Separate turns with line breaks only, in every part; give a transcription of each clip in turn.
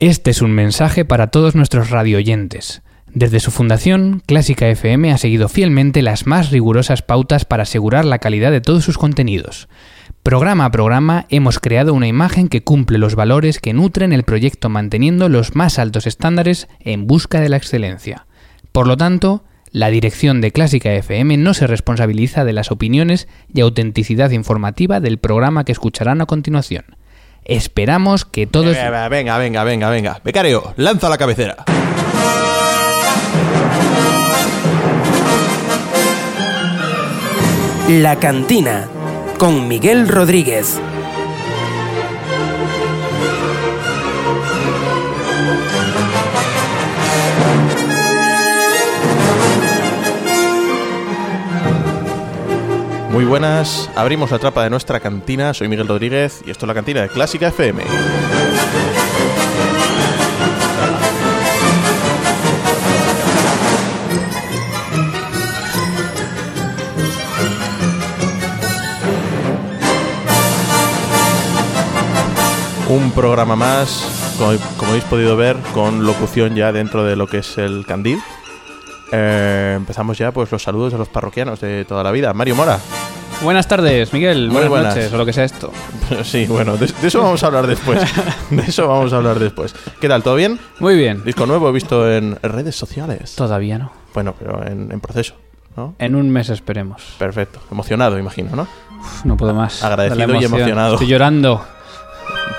Este es un mensaje para todos nuestros radioyentes. Desde su fundación, Clásica FM ha seguido fielmente las más rigurosas pautas para asegurar la calidad de todos sus contenidos. Programa a programa hemos creado una imagen que cumple los valores que nutren el proyecto manteniendo los más altos estándares en busca de la excelencia. Por lo tanto, la dirección de Clásica FM no se responsabiliza de las opiniones y autenticidad informativa del programa que escucharán a continuación. Esperamos que todos...
Venga, venga, venga, venga, venga. Becario, lanza la cabecera.
La Cantina con Miguel Rodríguez.
Muy buenas, abrimos la trapa de nuestra cantina. Soy Miguel Rodríguez y esto es la cantina de Clásica FM. Un programa más, como, como habéis podido ver, con locución ya dentro de lo que es el candil. Eh, empezamos ya pues los saludos a los parroquianos de toda la vida. Mario Mora.
Buenas tardes, Miguel.
Muy
Buenas,
buenas.
noches, o lo que sea esto.
Sí, bueno, de, de eso vamos a hablar después. De eso vamos a hablar después. ¿Qué tal? ¿Todo bien?
Muy bien.
Disco nuevo visto en redes sociales.
Todavía no.
Bueno, pero en, en proceso, ¿no?
En un mes esperemos.
Perfecto. Emocionado, imagino, ¿no?
Uf, no puedo más.
Agradecido
De la
y
emoción.
emocionado.
Estoy llorando.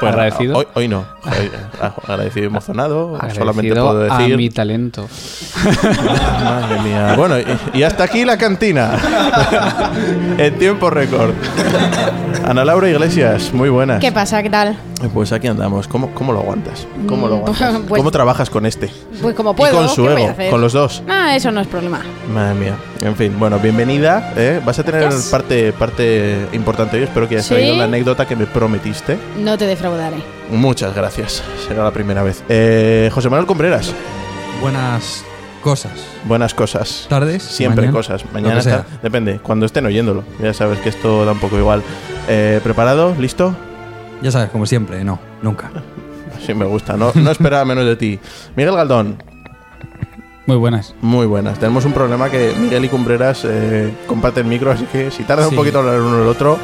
Bueno,
Agradecido.
Pues Hoy, hoy no. Hoy, ah, agradecido y emocionado. Ah, solamente
Agradecido
puedo decir.
a mi talento.
Madre mía. Bueno, y, y hasta aquí la cantina. en tiempo récord. Ana Laura Iglesias, muy buenas.
¿Qué pasa? ¿Qué tal?
Pues aquí andamos. ¿Cómo, cómo lo aguantas? ¿Cómo lo
Mm, pues-
aguantas?
pues-
¿Cómo trabajas con este?
Pues como puedo,
y con su
¿qué voy a
ego,
hacer?
con los dos.
Ah, eso no es problema.
Madre mía. En fin, bueno, bienvenida. ¿eh? Vas a tener
Yes.
parte, parte importante hoy. Espero que hayas
¿Sí?
traído la anécdota que me prometiste.
No te defraudaré.
Muchas gracias. Será la primera vez. Eh, José Manuel Combreras,
Buenas cosas.
buenas cosas.
Tardes.
Siempre
mañana,
cosas.
lo
Mañana
que sea.
está- Depende, cuando estén oyéndolo. Ya sabes que esto da un poco igual. Eh, ¿Preparado? ¿Listo?
Ya sabes, como siempre, no, nunca.
Sí, me gusta. No, no esperaba menos de ti. Miguel Galdón,
Muy buenas.
muy buenas. Tenemos un problema que Miguel y Combreras eh, comparten micro, así que si tarda un
Sí.
poquito hablar uno del otro,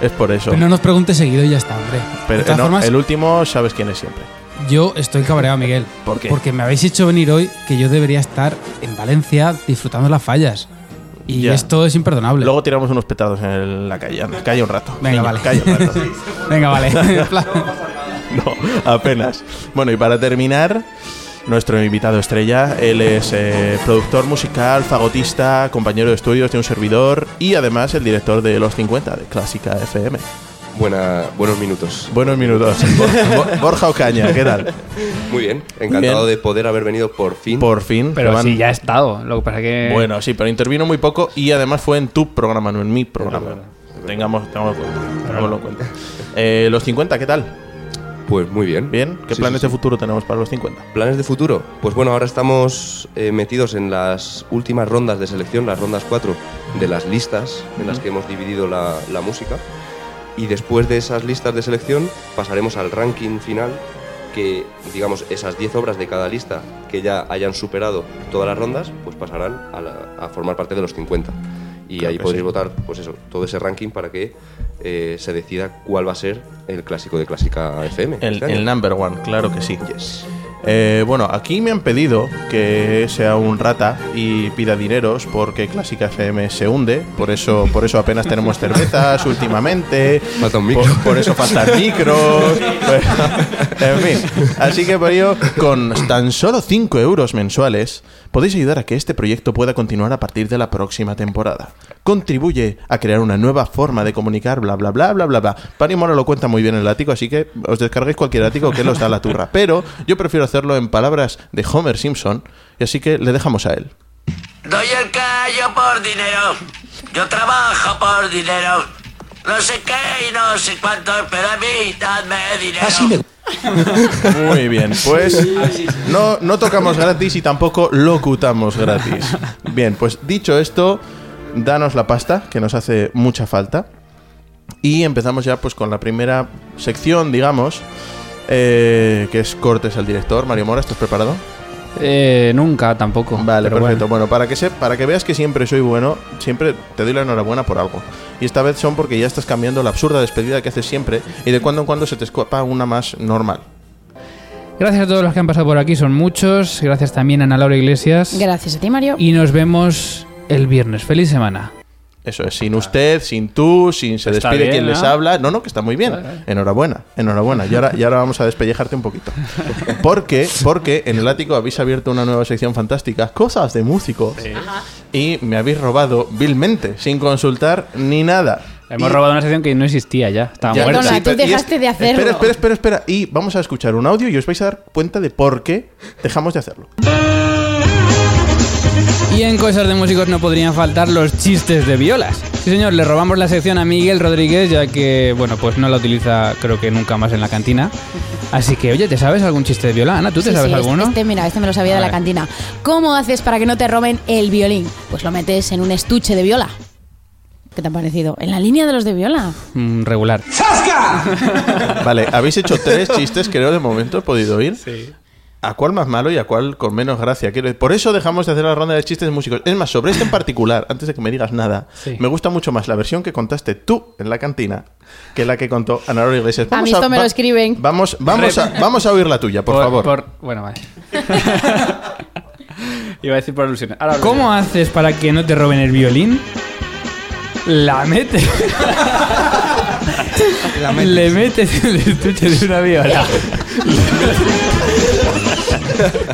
es por eso.
Pero no nos preguntes seguido y ya está, hombre.
Pero,
de
eh,
todas
no,
formas,
el último sabes quién es siempre.
yo estoy cabreado, Miguel.
¿Por qué?
Porque me habéis hecho venir hoy que yo debería estar en Valencia disfrutando las fallas. Y
Ya.
esto es imperdonable.
Luego tiramos unos petardos en el- la calle. anda, calla un rato.
Venga,
Niño,
vale.
Calla un rato.
Venga, vale.
no, apenas. Bueno, y para terminar, nuestro invitado estrella. Él es eh, productor musical, fagotista, compañero de estudios de un servidor y además el director de Los 50 de Clásica FM.
Buena, buenos minutos.
Buenos minutos. Bo- Borja Ocaña, ¿qué tal?
Muy bien, encantado
Bien.
de poder haber venido por fin.
Por fin.
Pero
que van-
sí, ya he estado. Lo que pasa que...
Bueno, sí, pero intervino muy poco y además fue en tu programa, no en mi programa. Tengamos, tengámoslo en cuenta. tengámoslo en cuenta. Eh, los 50, ¿qué tal?
Pues muy bien.
¿Bien? ¿Qué
Sí,
planes
sí,
de este
sí.
futuro tenemos para los 50?
¿Planes de futuro? Pues bueno, ahora estamos eh, metidos en las últimas rondas de selección, las rondas 4 de las listas en las que hemos dividido la, la música. Y después de esas listas de selección pasaremos al ranking final, que digamos esas 10 obras de cada lista que ya hayan superado todas las rondas, pues pasarán a, la- a formar parte de los 50. Y
Claro
ahí
que
podréis
sí.
votar pues eso, todo ese ranking para que eh, se decida cuál va a ser el clásico de Clásica FM.
El,
este año.
el number one, claro que sí.
Yes.
Eh, bueno, aquí me han pedido que sea un rata y pida dineros porque Clásica FM se hunde, por eso, por eso apenas tenemos cervezas últimamente.
Falta un micro.
Por, por eso faltan micros. en fin, así que por ello, con tan solo 5 euros mensuales, podéis ayudar a que este proyecto pueda continuar a partir de la próxima temporada. Contribuye a crear una nueva forma de comunicar, bla, bla, bla, bla, bla, bla. Pari Mora lo cuenta muy bien en el ático, así que os descarguéis cualquier ático que los da la turra. Pero yo prefiero hacerlo en palabras de Homer Simpson, y así que le dejamos a él.
Doy el callo por dinero. Yo trabajo por dinero. No sé qué y no sé cuánto, pero a mí dadme dinero.
Así me-
Muy bien, pues no, no tocamos gratis y tampoco locutamos gratis. Bien, pues dicho esto, danos la pasta, que nos hace mucha falta. Y empezamos ya pues con la primera sección, digamos, eh, que es cortes al director. Mario Mora, ¿estás preparado?
Eh, nunca tampoco.
Vale,
pero
perfecto.
bueno.
Bueno, para, que se, para que veas que siempre soy bueno, siempre te doy la enhorabuena por algo. Y esta vez son porque ya estás cambiando la absurda despedida que haces siempre y de cuando en cuando se te escapa una más normal.
Gracias a todos los que han pasado por aquí, son muchos. Gracias también a Ana Laura Iglesias.
Gracias a ti, Mario.
Y nos vemos el viernes. Feliz semana.
Eso es, sin usted, sin tú, sin se
Pues Está
despide
bien,
quien
¿no?
les habla. No, no, que está muy bien. Enhorabuena, enhorabuena. Y ahora, y ahora vamos a despellejarte un poquito. Porque, porque en el ático habéis abierto una nueva sección fantástica, cosas de músico. Y me habéis robado vilmente, sin consultar ni nada.
Hemos
Y-
robado una sección que no existía ya. Estaba
Ya,
muerta.
Perdona, tú
pero- y
dejaste de hacerlo.
Espera, espera, espera, espera. Y vamos a escuchar un audio y os vais a dar cuenta de por qué dejamos de hacerlo.
Y en cosas de músicos no podrían faltar los chistes de violas. Sí, señor, le robamos la sección a Miguel Rodríguez, ya que, bueno, pues no la utiliza creo que nunca más en la cantina. Así que, oye, ¿te sabes algún chiste de viola? Ana, ¿tú te
Sí,
sabes
sí, este-
alguno?
Este, mira, este me lo sabía
A
de la
ver.
cantina. ¿Cómo haces para que no te roben el violín? Pues lo metes en un estuche de viola. ¿Qué te ha parecido? En la línea de los de viola.
Mm, regular.
Vale, habéis hecho tres chistes, creo, de momento he podido oír. ¿A cuál más malo y a cuál con menos gracia? Quiero decir, Por eso dejamos de hacer la ronda de chistes músicos. Es más, sobre este en particular, antes de que me digas nada,
Sí.
me gusta mucho más la versión que contaste tú en la cantina que la que contó Ana Laura Iglesias.
A mí esto me lo escriben.
Vamos, vamos, a, vamos a oír la tuya, por, favor.
bueno, vale. Iba a decir por alusiones. ¿Cómo haces para que no te roben el violín? La metes. Le metes en el estuche de una viola.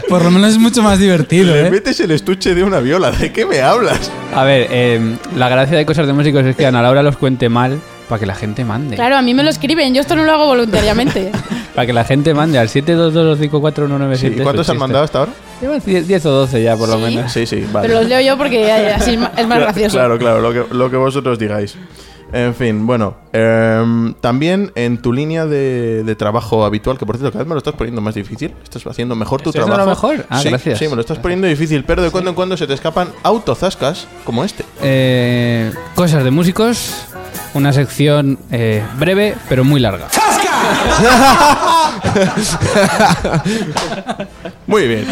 Por lo menos es mucho más divertido,
Le
¿eh?
metes el estuche de una viola. ¿De qué me hablas?
A ver, eh, la gracia de cosas de músicos es que Ana Laura los cuente mal para que la gente mande.
Claro, a mí me lo escriben. Yo esto no lo hago voluntariamente.
Para que la gente mande al 722254197.
Sí, ¿Cuántos
sus
han
chistes.
mandado hasta ahora?
Llevan 10 10 o 12 ya, por lo
Sí.
menos.
Sí, sí, vale.
Pero los leo yo porque eh, así es ma- es más
Cla-
gracioso.
Claro, claro, lo que, lo que vosotros digáis. En fin, bueno, em, también en tu línea de, de trabajo habitual, que por cierto, cada vez me lo estás poniendo más difícil, estás haciendo mejor tu
¿Estoy haciendo
trabajo.
lo mejor? Ah,
sí,
gracias.
Sí, me lo estás poniendo difícil, pero de cuando en cuando se te escapan autozascas como este.
Eh, cosas de músicos. Una sección eh, breve, pero muy larga.
Muy bien.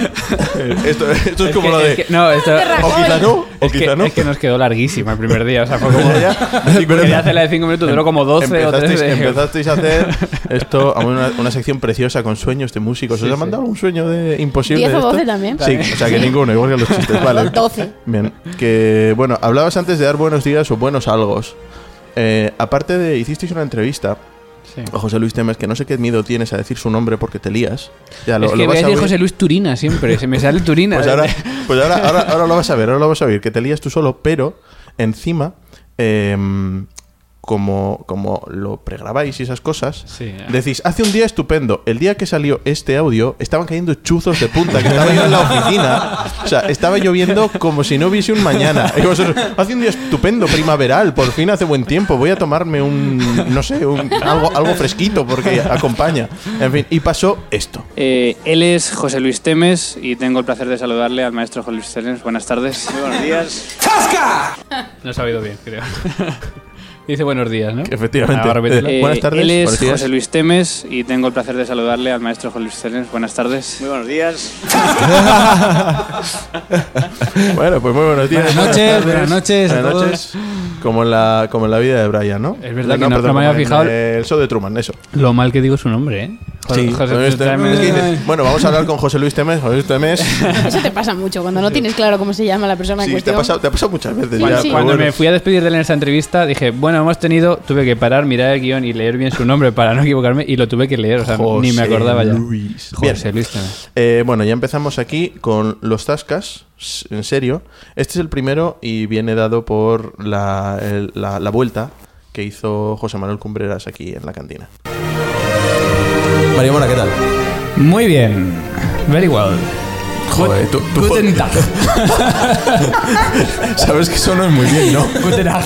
esto, esto es,
Es
como
que-
lo de.
es que- no,
Ah,
esto-
O quizá no, o
Es
quizá
que,
no.
es que nos quedó larguísima el primer día. O sea, fue como.
Ya, ya.
si quería hacer la de 5 minutos, duró como 12 o
empezasteis,
13.
empezasteis a hacer esto a una, una sección preciosa con sueños de músicos. ¿Os
Sí,
ha
sí.
mandado un sueño de imposible?
Diez o
de esto?
doce también.
Sí, o sea que ninguno, igual que los chistes. Vale.
Doce.
Bien. Que bueno, hablabas antes de dar buenos días o buenos algos. Eh, aparte de, hicisteis una entrevista
Sí.
a José Luis Temes, que no sé qué miedo tienes a decir su nombre porque te lías. Ya lo,
es
lo
que
vas
voy a decir
oír.
José Luis Turina siempre. Se me sale Turina.
Pues ahora, pues ahora, ahora, ahora lo vas a ver, ahora lo vas a ver, que te lías tú solo, pero encima, em, como, como lo pregrabáis y esas cosas,
Sí,
eh.
ya.
decís, hace un día estupendo, el día que salió este audio, estaban cayendo chuzos de punta, que estaba yo en la oficina, o sea, estaba lloviendo como si no hubiese un mañana. Y vosotros, hace un día estupendo, primaveral, por fin hace buen tiempo, voy a tomarme un, no sé, un- algo, algo fresquito porque acompaña. En fin, y pasó esto.
Eh, él es José Luis Temes y tengo el placer de saludarle al maestro José Luis Temes. Buenas tardes. Eh, Muy buenos días. ¡Zasca! No se ha oído bien, creo. Dice buenos días, ¿no?
Efectivamente.
Ahora, repítelo.
Eh, buenas tardes,
Él es
buenos días.
José Luis Temes y tengo el placer de saludarle al maestro José Luis Temes. Buenas tardes. Muy buenos
Bueno, pues muy buenos días.
Buenas noches, buenas noches a
Buenas
todos.
noches. Como en, la, como en la vida de Brian, ¿no?
Es verdad que no- no me
como
había
en
fijado.
El show de Truman, eso.
Lo mal que digo su nombre, ¿eh? Jo-
Sí,
José
José Luis
Luis
Temes.
Temes.
Es que dices, Bueno, vamos a hablar con José Luis Temes. José Luis Temes.
Eso te pasa mucho cuando no tienes claro cómo se llama la persona en
Sí, te
cuestión.
ha pasado, te ha pasado muchas veces.
Sí,
ya,
sí.
pero
Cuando
bueno.
me fui a despedir de él en esta entrevista, dije, bueno, hemos tenido, tuve que parar, mirar el guión y leer bien su nombre para no equivocarme y lo tuve que leer, o sea, ni me
José
acordaba ya.
Luis. Bien.
José Luis Temes.
Eh, bueno, ya empezamos aquí con los tascas, s- en serio. Este es el primero y viene dado por la, el- la- la vuelta que hizo José Manuel Cumbreras aquí en la cantina. María Mora, ¿qué tal?
Muy bien. Very well.
Joder, tú- tú-
Guten Tag.
Sabes que eso no es muy bien, ¿no?
Guten Tag.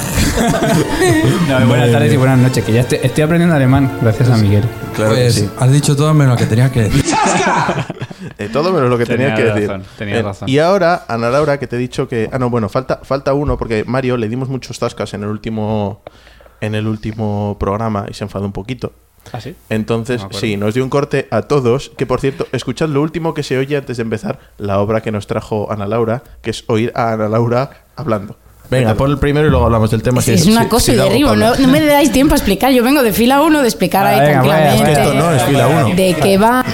No, buenas tardes y buenas noches, que ya estoy, estoy aprendiendo alemán gracias a Miguel.
Claro que
Pues,
sí.
has dicho todo menos lo que tenías que decir.
De Eh, todo menos lo que
Tenía
tenías que
razón,
decir.
tenía
Eh,
razón.
Y ahora, Ana Laura, que te he dicho que. Ah, no, bueno, falta, falta uno, porque Mario le dimos muchos tascas en el último. En el último programa y se enfadó un poquito.
¿Ah, sí?
Entonces,
No me acuerdo.
sí, nos dio un corte a todos, que por cierto, escuchad lo último que se oye antes de empezar la obra que nos trajo Ana Laura, que es oír a Ana Laura hablando. Venga, pon el primero y luego hablamos del tema.
Es una cosa y derribo, no, no me dais tiempo a explicar. Yo vengo de fila 1 de explicar
Ah,
ahí
venga, vaya,
tranquilamente.
vaya,
Esto no es fila uno.
¿De qué va?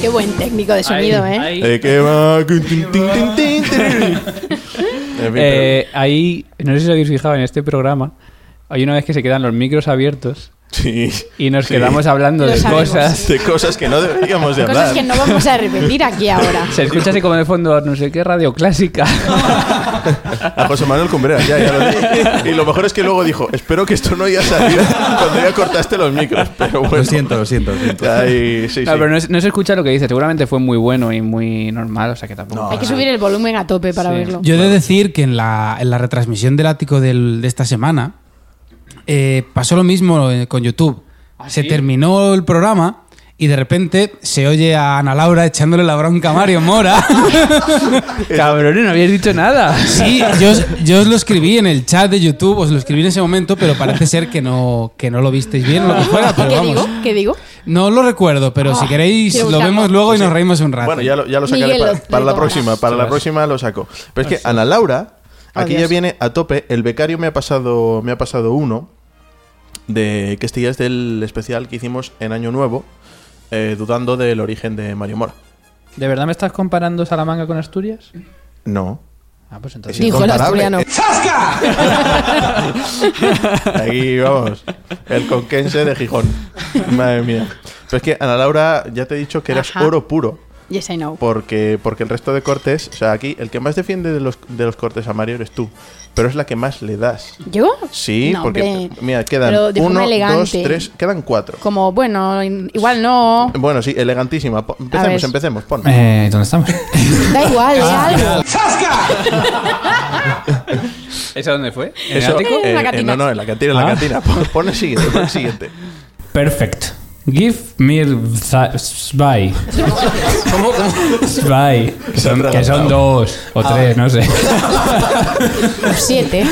Qué buen técnico de sonido, ¿eh?
Eh, que va- tin, tin, tin, tin, tin, tin. En fin, pero-
Eh, ahí, no sé si os habéis fijado en este programa, hay una vez que se quedan los micros abiertos
sí.
y nos
Sí.
quedamos hablando
Lo
de
sabemos.
cosas.
de cosas que no deberíamos de hablar.
Cosas que no vamos a repetir aquí ahora.
Se escucha así como de fondo, no sé qué radio clásica.
A José Manuel Cumbreras, ya, ya lo dije. Y lo mejor es que luego dijo, espero que esto no haya salido cuando ya cortaste los micros. Pero bueno.
Lo siento, lo siento, lo siento.
Ay, sí,
No,
sí.
Ah, pero no, se- no se escucha lo que dice. Seguramente fue muy bueno y muy normal, o sea que tampoco.
Hay que subir el volumen a tope para
Sí.
verlo.
Yo he de decir que en la, en la retransmisión del ático del- de esta semana eh, pasó lo mismo eh, con YouTube.
¿Ah,
Se terminó el programa y de repente se oye a Ana Laura echándole la bronca a Mario Mora.
Cabrones, no habíais dicho nada.
Sí, yo, os- yo os lo escribí en el chat de YouTube, os lo escribí en ese momento, pero parece ser que no, que no lo visteis bien o lo que fuera, pero
¿Qué
vamos.
digo? ¿Qué digo?
No lo recuerdo, pero si
Ah,
queréis
quiero
lo
buscarlo. Pues
vemos luego y nos reímos un rato.
Bueno, ya lo, ya lo sacaré
Miguel,
para,
lo-
para
lo
la
tomarás.
próxima. Para la próxima lo saco. Pero es que Ana Laura, aquí ya
Dios.
viene a tope. El becario me ha pasado, me ha pasado uno de que este ya es del especial que hicimos en Año Nuevo, eh, dudando del origen de Mario Mora.
¿De verdad me estás comparando Salamanca con Asturias?
No.
Ah, pues
Es
entonces.
Dijo el
incomparable.
asturiano.
Eh, Ahí vamos. El conquense de Gijón. Madre mía. Pero es que Ana Laura, ya te he dicho que eras
Ajá.
oro puro.
Yes, I know.
Porque, porque el resto de cortes, o sea, aquí el que más defiende de los, de los cortes a Mario eres tú, pero es la que más le das.
¿Yo?
Sí,
No,
porque
hombre.
mira,
Pero
quedan
de forma
uno, dos,
elegante.
tres, quedan cuatro.
Como, bueno, in- igual no.
Bueno, sí, elegantísima. Po-
ver.
Empecemos, empecemos, pon.
Eh, ¿Dónde estamos?
Da igual, es
Ah.
algo.
¿Esa dónde fue? ¿En
Eso, eh,
el ático?
En la cantina.
no, no, en la cantina, en la
Ah.
cantina. Pon, pon el siguiente, pon el siguiente.
Perfect. Give me the- zwei. Zwei. Que son, que son dos o tres, no sé.
Siete.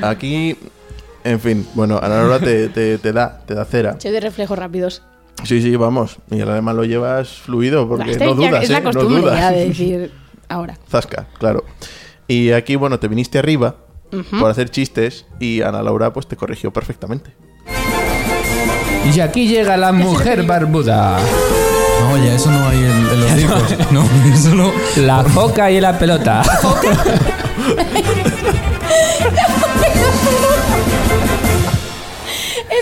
Aquí, en fin, bueno, Ana Laura te, te, te da, te da cera.
Soy de reflejos rápidos.
Sí, sí, vamos. Y además lo llevas fluido porque
Este
no
ya
dudas,
es la
¿eh? No
costumbre
dudas.
ya de decir ahora.
Zasca, claro. Y aquí, bueno, te viniste arriba por hacer chistes y Ana Laura pues te corrigió perfectamente.
Y aquí llega la mujer barbuda.
No, ya eso no hay en, en los discos. No, eso no.
La foca y la pelota.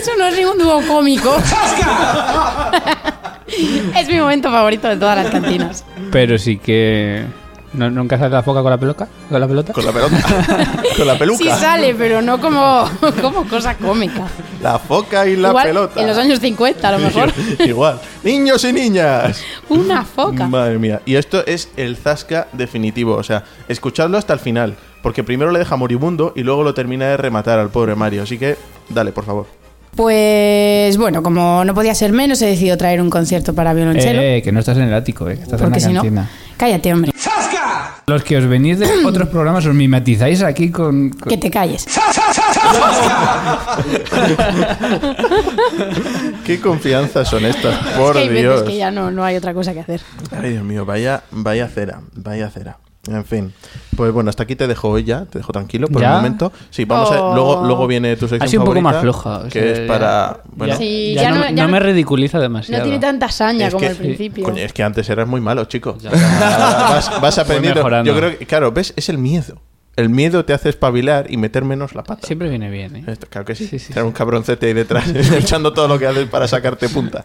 Eso no es ningún dúo cómico. es mi momento favorito de todas las cantinas.
Pero sí que. ¿No, ¿Nunca sale la foca con la pelota? ¿Con la pelota?
Con la pelota. con la peluca.
Sí sale, pero no como, como cosa cómica.
La foca y la
Igual
pelota.
en los años 50 a lo mejor.
Igual. Niños y niñas.
Una foca.
Madre mía. Y esto es el zasca definitivo. O sea, escuchadlo hasta el final. Porque primero le deja moribundo y luego lo termina de rematar al pobre Mario. Así que, dale, por favor.
Pues bueno, como no podía ser menos, he decidido traer un concierto para violonchelo.
Eh, eh, que no estás en el ático, eh, que estás en la
porque si no...
cantina.
Cállate, hombre.
Los que os venís de otros programas os mimetizáis aquí con. con-
Que te calles.
Qué confianzas son estas. Por
es que hay
Dios.
veces que ya no, no hay otra cosa que hacer.
Pues
Ay, Dios mío, vaya, vaya cera, vaya cera. En fin, pues bueno, hasta aquí te dejo hoy ya, te dejo tranquilo por
¿Ya?
el momento. Sí, vamos a
Oh.
luego, luego viene tu sección
Ha sido un poco
favorita,
más floja. o
Que
sea,
es
ya-
para...
ya-
Bueno,
Sí, ya no-
me-
ya no-
no me ridiculiza
No
demasiado.
tiene tanta saña
es
como
que,
al principio.
coño, es que antes eras muy malo, chico. Ahora vas, vas aprendiendo.
mejorando.
Yo creo que, claro, ves, es el miedo. El miedo te hace espabilar y meter menos la pata.
Siempre viene bien, ¿eh?
Esto, claro que sí.
Sí, sí,
Era un cabroncete ahí detrás, echando todo lo que haces para sacarte punta.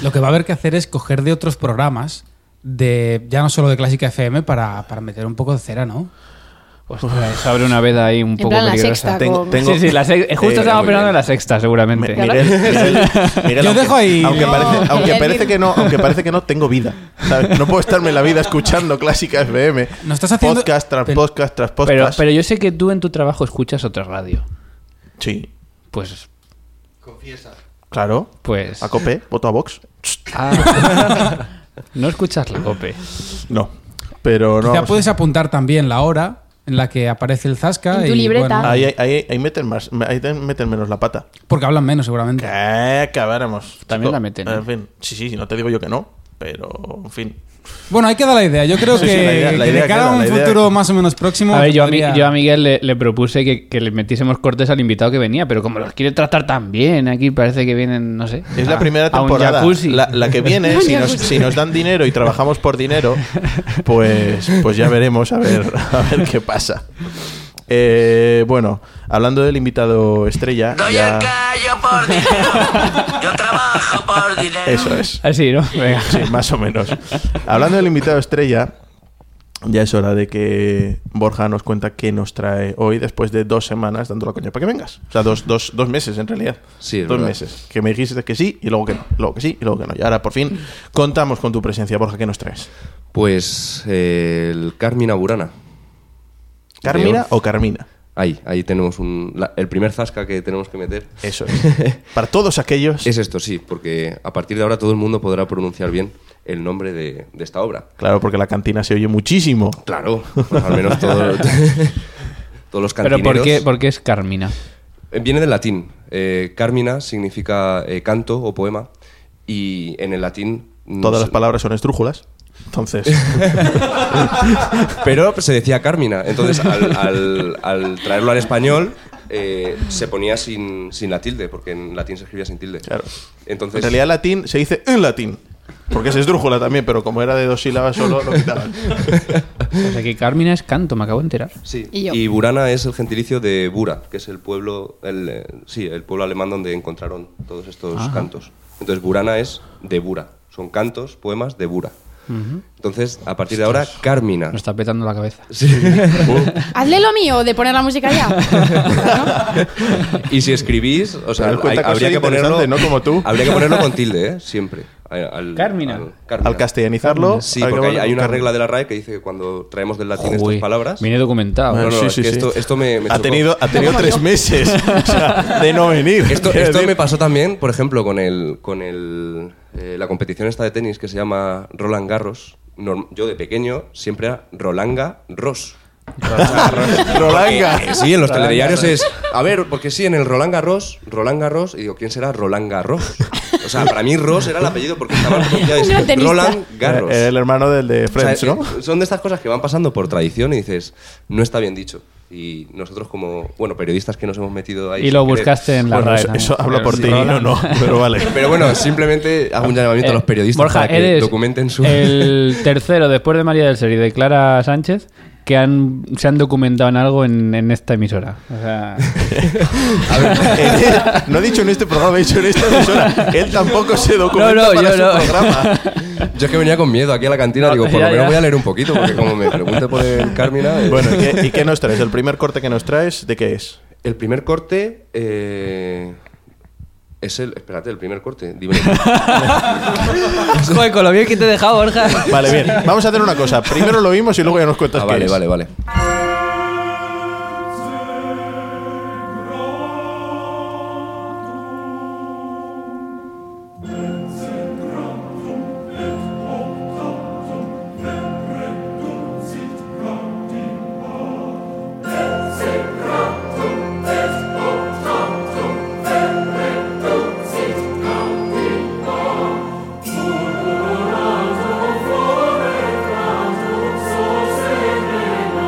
Lo que va a haber que hacer es coger de otros programas, de ya no solo de Clásica FM, para, para meter un poco de cera, ¿no?
Ostras, abre una veda ahí un
En
poco
plan la
peligrosa.
sexta.
Tengo,
con-
tengo-
Sí, sí, la sex- justo
Eh,
estamos
muy
operando
bien.
la sexta, seguramente.
Mi- Miguel, Miguel- Miguel,
Yo
aunque-
dejo ahí-
Aunque,
No,
parece, aunque
Miguel.
parece que no, aunque parece que no tengo vida. ¿sabes? No puedo estarme la vida escuchando clásica FM.
No estás haciendo-
podcast tras
Pero-
podcast tras
Pero,
podcast.
pero yo sé que tú en tu trabajo escuchas otra radio.
sí,
Pues.
claro.
pues
A cope, voto a Vox.
Ah. no escuchas la cope.
No. Pero no.
Quizá
o sea,
puedes apuntar también la hora en la que aparece el Zasca.
En tu
y,
libreta. Ah.
bueno,
Ahí, ahí, ahí, ahí meten más, ahí te- meten menos la pata.
porque hablan menos, seguramente.
Que acabáramos.
También
Chico,
la meten, ¿eh?
En fin, sí, sí, no te digo yo que no, pero en fin.
Bueno, hay que dar la idea. Yo creo
Sí,
que,
sí, la idea- la
que
idea
de cara
queda,
a un
la idea-
futuro más o menos próximo.
A ver, yo a, Mi-
podría-
yo a Miguel le, le propuse que, que le metiésemos cortes al invitado que venía, pero como los quiere tratar tan bien, aquí parece que vienen, no sé.
Es la
a-
primera
Ah, a un
temporada.
jacuzzi.
La, la que viene,
Un
si nos,
jacuzzi.
si nos dan dinero y trabajamos por dinero, pues, pues ya veremos a ver, a ver qué pasa. Eh, bueno, hablando del invitado estrella,
Doy el
ya...
callo por dinero. Yo trabajo por dinero.
eso es.
Así, Ah, ¿no? Venga.
Sí, más o menos. Hablando del invitado estrella, ya es hora de que Borja nos cuenta qué nos trae hoy después de dos semanas dando la coña para que vengas. O sea, dos, dos, dos meses en realidad.
Sí, es
Dos
verdad.
meses. Que me dijiste que sí y luego que no. Luego que sí y luego que no. Y ahora por fin contamos con tu presencia, Borja, ¿qué nos traes?
Pues eh, el Carmina Burana.
¿Carmina
Leo.
o Carmina?
Ahí, ahí tenemos un, la- el primer zasca que tenemos que meter.
Eso es. para todos aquellos.
Es esto, sí, porque a partir de ahora todo el mundo podrá pronunciar bien el nombre de, de esta obra.
Claro, porque la cantina se oye muchísimo.
Claro, pues al menos todo- todos los
Pero
cantineros.
¿por qué, por qué es Carmina?
Eh, Viene del latín. Eh, Carmina significa eh, canto o poema y en el latín... mm,
Todas
se-
las palabras son estrújulas. Entonces,
Pero se decía Carmina, entonces al, al- al traerlo al español eh, se ponía sin, sin la tilde, porque en latín se escribía sin tilde.
Claro.
Entonces,
en realidad latín se dice en latín. Porque es estrújula también, pero como era de dos sílabas solo, lo quitaban.
O sea, que Carmina es canto, me acabo de enterar.
Sí.
Y yo.
Y Burana es el gentilicio de Bura, que es el pueblo, el, eh, sí, el pueblo alemán donde encontraron todos estos
Ah.
cantos. Entonces Burana es de Bura, son cantos, poemas de Bura. Entonces, a partir de ahora, Carmina. Uh.
Nos está petando la cabeza.
Hazle lo mío de poner la música ya. ¿No?
Y si escribís, o sea,
Te das
hay-
cuenta que
habría
soy
que ponerlo,
interesante, ¿no? Como tú.
habría que ponerlo con tilde, ¿eh? siempre. Al- al-
Carmina.
Carmina.
Al castellanizarlo.
Sí,
al-
porque hay, hay una
Carmen.
regla de la RAE que dice que cuando traemos del
Uy,
latín estas palabras.
Viene documentado.
No, no,
Sí,
es
sí,
que
sí.
esto, esto me, me
Ha
chocó.
tenido, ha tenido tres meses o sea, de no venir.
Esto,
Quiero
esto
decir,
me pasó también, por ejemplo, con el con el, eh, la competición esta de tenis que se llama Roland Garros. Norm- yo de pequeño siempre era Rolanga Ross.
Roland
Eh,
Garros.
sí, en los telediarios es. A ver, porque sí, en el Roland Garros, Roland Garros, y digo, ¿quién será Roland Garros? O sea, para mí Ross era el apellido porque estaba pronunciado
No,
es
tenista.
Roland Garros.
Eh, El hermano del de
O sea,
Friends, ¿no?
eh, Son de estas cosas que van pasando por tradición y dices, no está bien dicho. Y nosotros como, bueno, periodistas que nos hemos metido ahí...
Y
sin
lo
querer.
buscaste en la
Bueno,
RAE
eso,
también.
eso habla por
Sí.
ti, no, no, pero vale.
Pero bueno, simplemente hago un llamamiento
Eh,
a los periodistas
Borja,
para que
eres
documenten su...
el tercero después de María del Ser y de Clara Sánchez que han, se han documentado en algo en, en esta emisora. O sea,
A ver, él- no he dicho en este programa, he dicho en esta emisora. Él tampoco se documenta
No, no, yo
para su
no.
programa.
Yo es que venía con miedo aquí a la cantina, digo, por
ya,
lo menos
ya.
voy a leer un poquito, porque como me pregunte por el Carmina... eh,
Bueno, ¿y qué, y qué nos traes? ¿El primer corte que nos traes de qué es?
El primer corte... eh, es el... Espérate, el primer corte. Dime. Ah,
Joder, con lo bien que te he dejado, Borja.
Vale, bien. Vamos a hacer una cosa. Primero lo vimos y luego ya nos cuentas
Ah,
qué
vale,
es.
vale, vale.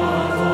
Sera,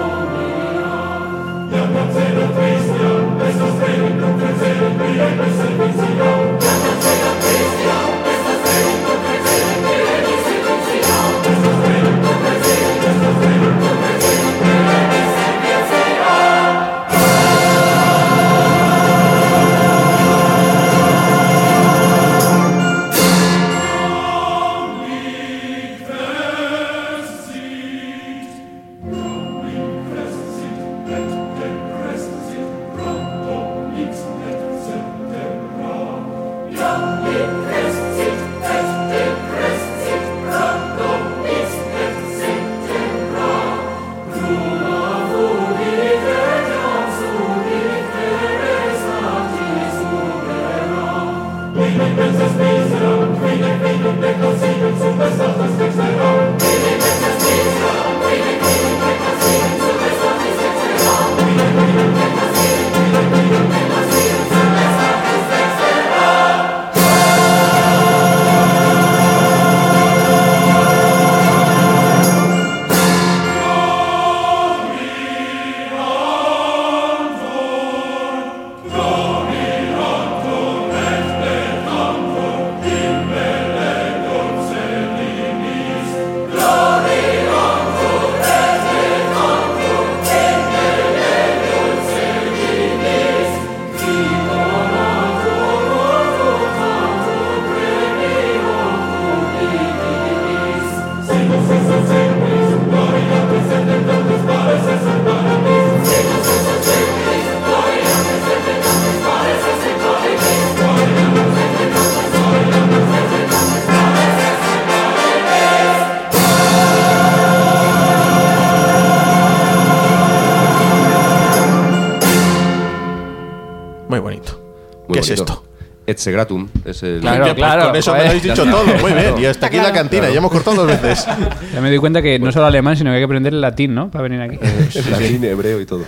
Muy
¿Qué es
bonito.
esto?
Etxe Gratum es el.
Ya,
Claro,
pues
claro.
Con eso
joder.
me lo habéis dicho todo. Muy bien. Y hasta aquí la cantina. Ya hemos cortado dos veces.
Ya me doy cuenta que no solo alemán, sino que hay que aprender el latín, ¿no? Para venir aquí.
Latín, eh, hebreo y todo.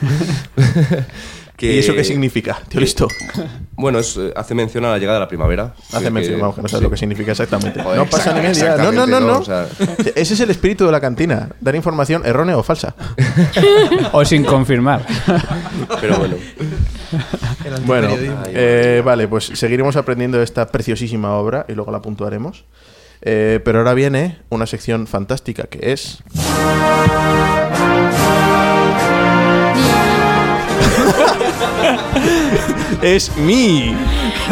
Que-
¿Y eso qué significa? Tío, listo.
Bueno, es, eh, hace mención a la llegada de la primavera.
Hace
Que-
mención, vamos, que no sabes
sí.
lo que significa exactamente.
Joder,
no pasa ni
exact-
media. No, no, no,
exactamente,
no.
¿no? O sea-
Ese es el espíritu de la cantina. Dar información errónea o falsa.
O sin confirmar.
Pero bueno,
Bueno, eh, vale, pues seguiremos aprendiendo esta preciosísima obra y luego la puntuaremos. Eh, pero ahora viene una sección fantástica que es. es mi.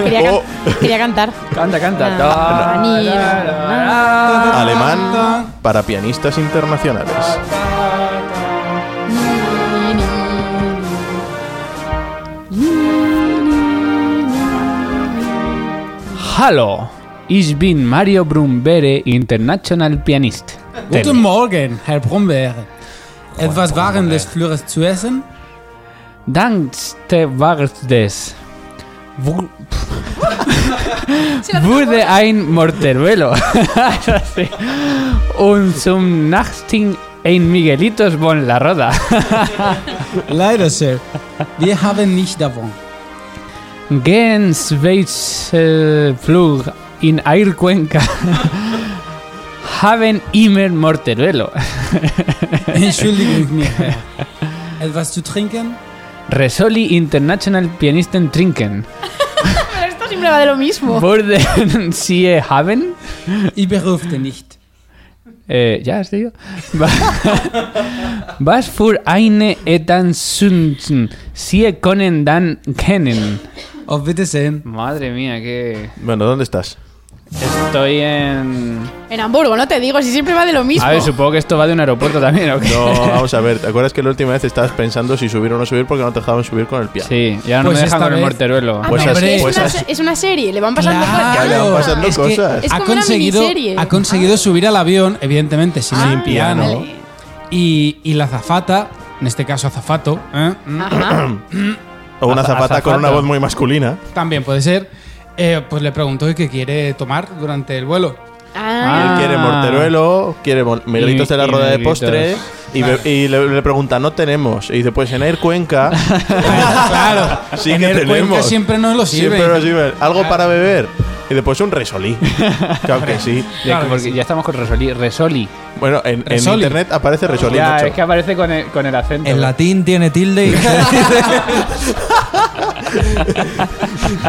Quería, can-
Oh.
quería cantar.
Canta, canta.
Ah,
Ta-
ni-
ta-
na-
Ah,
Ah,
Alemán para pianistas internacionales.
Hallo, ich bin Mario Brumbere, international pianist.
Guten Morgen, Herr Bromberg. Etwas waren des Flores zu essen?
Dankste warst des. Wu- Wurde ein Morteruelo. Sí. Und zum Nachting ein Miguelitos von la Roda.
Leider, Sir. Wir haben nicht davon.
Gen Flug in Aircuenca. Haben immer Morteruelo.
Entschuldigung mir, Herr. Etwas zu trinken?
Resoli International Pianisten Trinken.
Pero esto siempre va de lo mismo.
Borden Sie haben.
Ich berufte nicht.
Eh, ya has dicho. Was für eine Etansunzen Sie können dann kennen.
Auf Wiedersehen.
Madre mía, que.
Bueno, ¿dónde estás?
Estoy en.
En Hamburgo, no te digo, si siempre va de lo mismo.
A ver, supongo que esto va de un aeropuerto también, ¿o qué?
No, vamos a ver. ¿Te acuerdas que la última vez estabas pensando si subir o no subir porque no te dejaban subir con el piano?
Sí, ya no
Pues
me
esta
dejan con el
vez-
morteruelo.
Ah,
Pues
no,
has-
pero es,
pues
una,
has-
es una serie, le van pasando cosas.
le van pasando
que
cosas.
Es
ha
como una
conseguido,
miniserie.
ha conseguido subir al avión, evidentemente, sin
Ah,
el piano.
vale.
Y, y la zafata, en este caso azafata,
Ajá.
O una
Aza-
zapata con una
azafata.
voz muy masculina.
también puede ser, eh, pues le preguntó qué quiere tomar durante el vuelo.
Ah,
Ah.
Él quiere morteruelo, quiere mol- miguelitos de la
y
rueda de
miguelitos.
postre. Y, be- y le, le pregunta, no tenemos. Y dice, pues en Air Cuenca.
claro,
sí
en
que
el
tenemos.
Cuenca siempre nos lo sirven.
Siempre nos sirven. Algo para beber. Y después un resolí. claro que sí.
Ya,
Claro que
porque
sí.
ya estamos con Resoli. Resoli.
Bueno, en, en
Resoli.
internet aparece resolí
Ya,
mucho.
es que aparece con el, con el acento.
El latín tiene tilde y.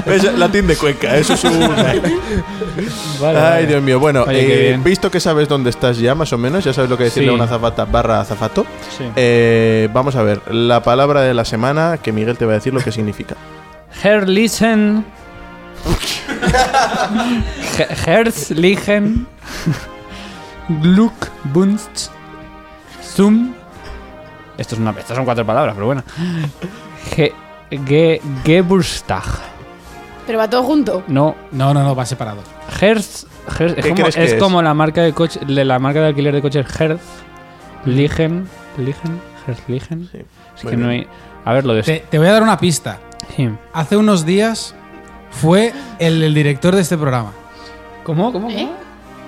Es latín de Cuenca. Eso es un.
Vale,
Ay,
vale.
Dios mío. Bueno,
Oye, qué
eh,
bien.
visto que sabes dónde estás ya, más o menos, ya sabes lo que decirle
Sí.
a una zapata barra azafato.
Sí.
eh, vamos a ver, la palabra de la semana que Miguel te va a decir lo que significa.
Herrlichen. He- Herzlichen. Glückwunsch. Zum. Esto es una, estas son cuatro palabras, pero bueno. Ge, ge, Geburtstag.
pero va todo junto.
No.
No, no, no, va separado.
Herz. Herz- es
¿Qué
como,
crees que
es
es?
como la marca de coche, de la marca de alquiler de coches Herz. Ligen. Ligen. Herzlichen.
Sí,
Es
muy
que no
bien.
hay. A ver, lo de.
Te, te voy a dar una pista.
Sí.
Hace unos días fue el, el director de este programa.
¿Cómo? ¿Cómo?
¿Eh?
¿Cómo?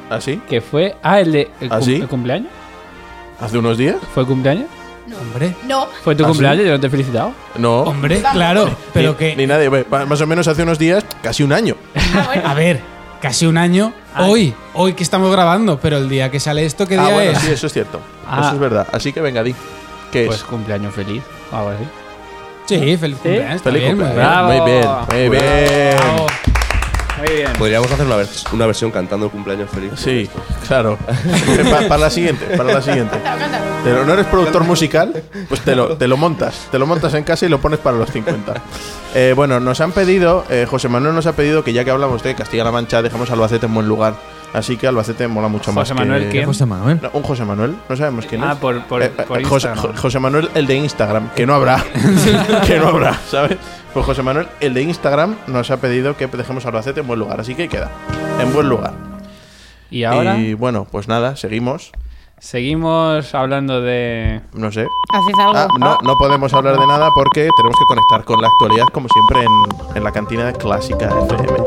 ¿Así?
Que fue. Ah, el de. El,
¿Ah,
cum-
sí?
el cumpleaños.
¿Hace unos días?
¿Fue cumpleaños?
Hombre,
No.
¿Fue tu
¿Ah,
cumpleaños? Yo no te he felicitado.
No.
hombre, claro, pero
ni,
que
ni nadie. Ve, va- Más o menos hace unos días, casi un año.
Ah, bueno.
A ver, casi un año. Hoy, hoy que estamos grabando, pero el día que sale esto, ¿qué día
ah, bueno,
es?
sí, eso es cierto.
Ah.
Eso es verdad. Así que venga, di. ¿Qué
Pues
es?
cumpleaños feliz o algo así.
Sí, feliz cumpleaños. está
Feliz
bien, muy
cumpleaños.
bien.
Muy bien,
Bravo.
muy bien.
Bravo.
Muy bien.
podríamos hacer una, vers- una versión cantando el cumpleaños feliz.
Sí, claro. Pa- para la siguiente, para la siguiente.
Cántalo, cántalo.
Pero no eres productor musical, pues te lo, te lo montas. Te lo montas en casa y lo pones para los 50. Eh, bueno, nos han pedido, eh, José Manuel nos ha pedido que ya que hablamos de Castilla-La Mancha, dejemos a Albacete en buen lugar. Así que Albacete mola mucho más.
José Manuel,
que...
¿quién?
José Manuel.
No, un José Manuel, no sabemos quién
Ah,
es. Eh,
por- por- por
José,
Instagram.
Jo- José Manuel, el de Instagram, que no habrá. que no habrá, ¿sabes? Pues José Manuel, el de Instagram, nos ha pedido que dejemos a Albacete en buen lugar. Así que queda, en buen lugar.
Y ahora,
Y bueno, pues nada, seguimos.
Seguimos hablando de.
No sé.
¿Haces algo?
Ah, no, no podemos hablar de nada porque tenemos que conectar con la actualidad, como siempre, en, en la cantina clásica FM.